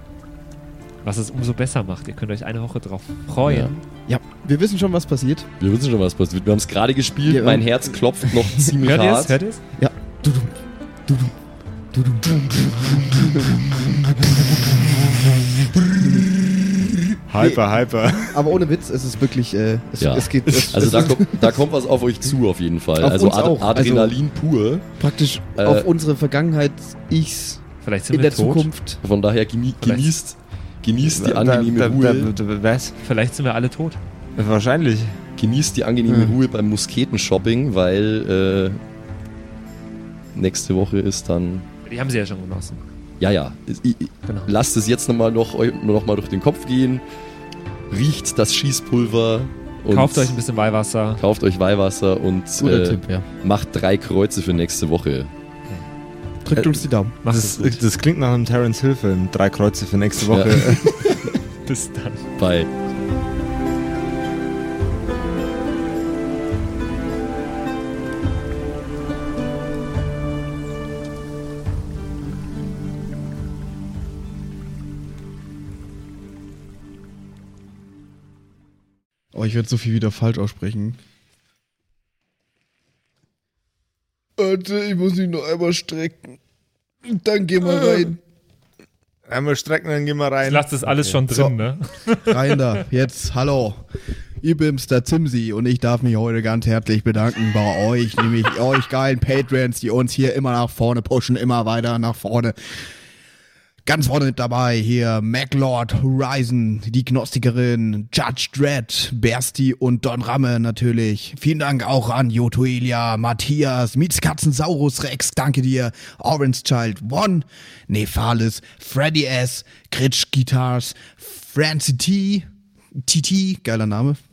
Speaker 4: Was es umso besser macht. Ihr könnt euch eine Woche drauf freuen.
Speaker 3: Ja, wir wissen schon, was passiert.
Speaker 1: Wir wissen schon, was passiert. Wir haben es gerade gespielt.
Speaker 3: Ja,
Speaker 1: mein
Speaker 3: ähm,
Speaker 1: Herz klopft noch ziemlich
Speaker 4: Hört ihr es?
Speaker 1: hart.
Speaker 4: Hört ihr es?
Speaker 2: Hyper, hyper.
Speaker 3: Aber ohne Witz, es ist wirklich, äh, es,
Speaker 1: Ja.
Speaker 3: es geht es,
Speaker 1: Also
Speaker 3: es (laughs)
Speaker 1: da,
Speaker 3: ist
Speaker 1: kommt- da kommt was auf euch zu auf jeden Fall.
Speaker 3: Auf
Speaker 1: also
Speaker 3: uns
Speaker 1: Ad
Speaker 3: auch. Also-
Speaker 1: Adrenalin pur.
Speaker 3: praktisch
Speaker 1: Äh,
Speaker 3: auf unsere Vergangenheit, ichs
Speaker 4: Vielleicht sind
Speaker 3: in
Speaker 4: wir
Speaker 3: der
Speaker 4: tot.
Speaker 3: Zukunft.
Speaker 1: Von daher genie
Speaker 4: Vielleicht-
Speaker 1: genießt, genießt die angenehme Ruhe.
Speaker 2: Was?
Speaker 4: Vielleicht sind wir alle tot.
Speaker 2: Wahrscheinlich.
Speaker 1: genießt die angenehme
Speaker 3: Ja.
Speaker 4: Hm.
Speaker 1: Ruhe beim Musketenshopping, weil äh, nächste Woche ist dann.
Speaker 4: Die haben sie ja schon genossen.
Speaker 1: Ja, ja. I- i-
Speaker 4: Genau.
Speaker 1: Lasst es jetzt nochmal noch, eu- noch mal durch den Kopf gehen. Riecht das Schießpulver. Und
Speaker 4: Kauft euch ein bisschen Weihwasser.
Speaker 1: Kauft euch Weihwasser und äh,
Speaker 3: ja.
Speaker 1: macht drei Kreuze für nächste Woche.
Speaker 3: Drückt
Speaker 1: äh,
Speaker 3: uns die Daumen.
Speaker 4: Macht es
Speaker 2: das,
Speaker 4: gut.
Speaker 2: das klingt nach einem Terence Hill Film. Drei Kreuze für nächste Woche. (laughs)
Speaker 4: Bis dann.
Speaker 1: Bei
Speaker 3: Oh, ich werde so viel wieder falsch aussprechen. Warte, ich muss mich noch einmal strecken. Dann gehen wir rein.
Speaker 2: Einmal strecken, dann gehen wir rein.
Speaker 4: Lasst es alles schon drin,
Speaker 3: So.
Speaker 4: ne?
Speaker 3: Rein da, jetzt, hallo. Ich bin's, der Zimsi, und ich darf mich heute ganz herzlich bedanken bei euch, nämlich euch geilen Patrons, die uns hier immer nach vorne pushen, immer weiter nach vorne. Ganz vorne mit dabei hier MacLord, Horizon, die Gnostikerin, Judge Dredd, Bersti und Don Ramme natürlich. Vielen Dank auch an Jotuelia, Matthias, Mietskatzensaurus Rex, danke dir, Orange Child One, Nephalis, Freddy S., Kritsch Guitars, Francie T., TT, geiler Name,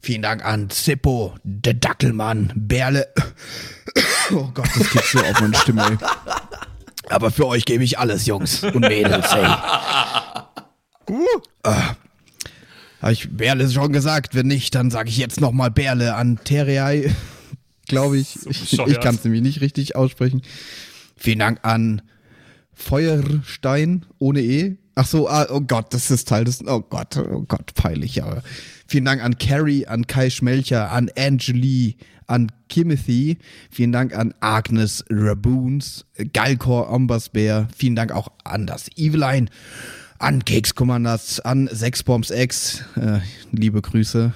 Speaker 3: Vielen Dank an Zippo, der Dackelmann, Berle. Oh Gott, das geht so auf meine Stimme. Ey. Aber für euch gebe ich alles, Jungs und Mädels. Ey. Habe ich Berle schon gesagt? Wenn nicht, dann sage ich jetzt nochmal Berle an Terrei. Glaube ich. ich ich
Speaker 4: bescheuert.
Speaker 3: kann es nämlich nicht richtig aussprechen. Vielen Dank an Feuerstein ohne E. Ach so, ah, oh Gott, das ist Teil des. Oh Gott, oh Gott, peinlich, aber. Vielen Dank an Carrie, an Kai Schmelcher, an Angelie, an Kimothy. Vielen Dank an Agnes Raboons, Galkor Ombasbär. Vielen Dank auch an das Eveline, an Kekskommandas, an Sexbombs X. Äh, liebe Grüße.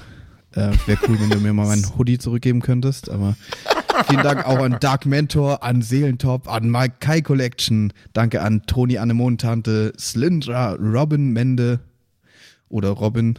Speaker 3: Äh, Wäre cool, wenn du mir mal meinen Hoodie zurückgeben könntest, aber. Vielen Dank auch an Dark Mentor, an Seelentop, an Mike Kai Collection. Danke an Toni Annemontante, Slyndra, Robin Mende oder Robin,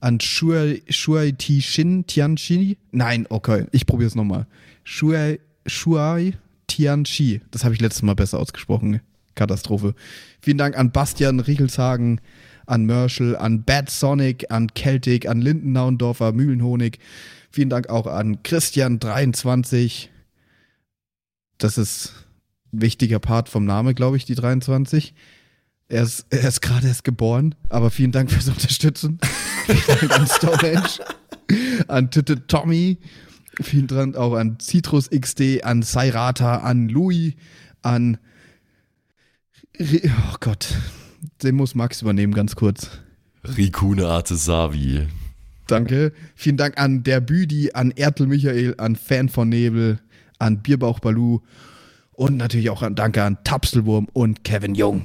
Speaker 3: an Shuai, Shuai Ti Shin Tianxi. Nein, okay, ich probiere es nochmal. Shuai, Shuai Tianxi. Das habe ich letztes Mal besser ausgesprochen. Katastrophe. Vielen Dank an Bastian Riechelshagen, an Merschel, an Bad Sonic, an Celtic, an Lindennaundorfer, Mühlenhonig. Vielen Dank auch an Christian23. Das ist ein wichtiger Part vom Name, glaube ich, die 23. Er ist, er ist gerade erst geboren, aber vielen Dank fürs Unterstützen. vielen Dank an Stonehenge, an Titte Tommy, vielen Dank auch an Citrus XD, an Sairata, an Louis, an. Re- Oh Gott, den muss Max übernehmen, ganz kurz.
Speaker 1: Rikune Artesavi.
Speaker 3: Danke. Vielen Dank an der Büdi, an Ertel Michael, an Fan von Nebel, an Bierbauch Balu und natürlich auch an Danke an Tapselwurm und Kevin Jung.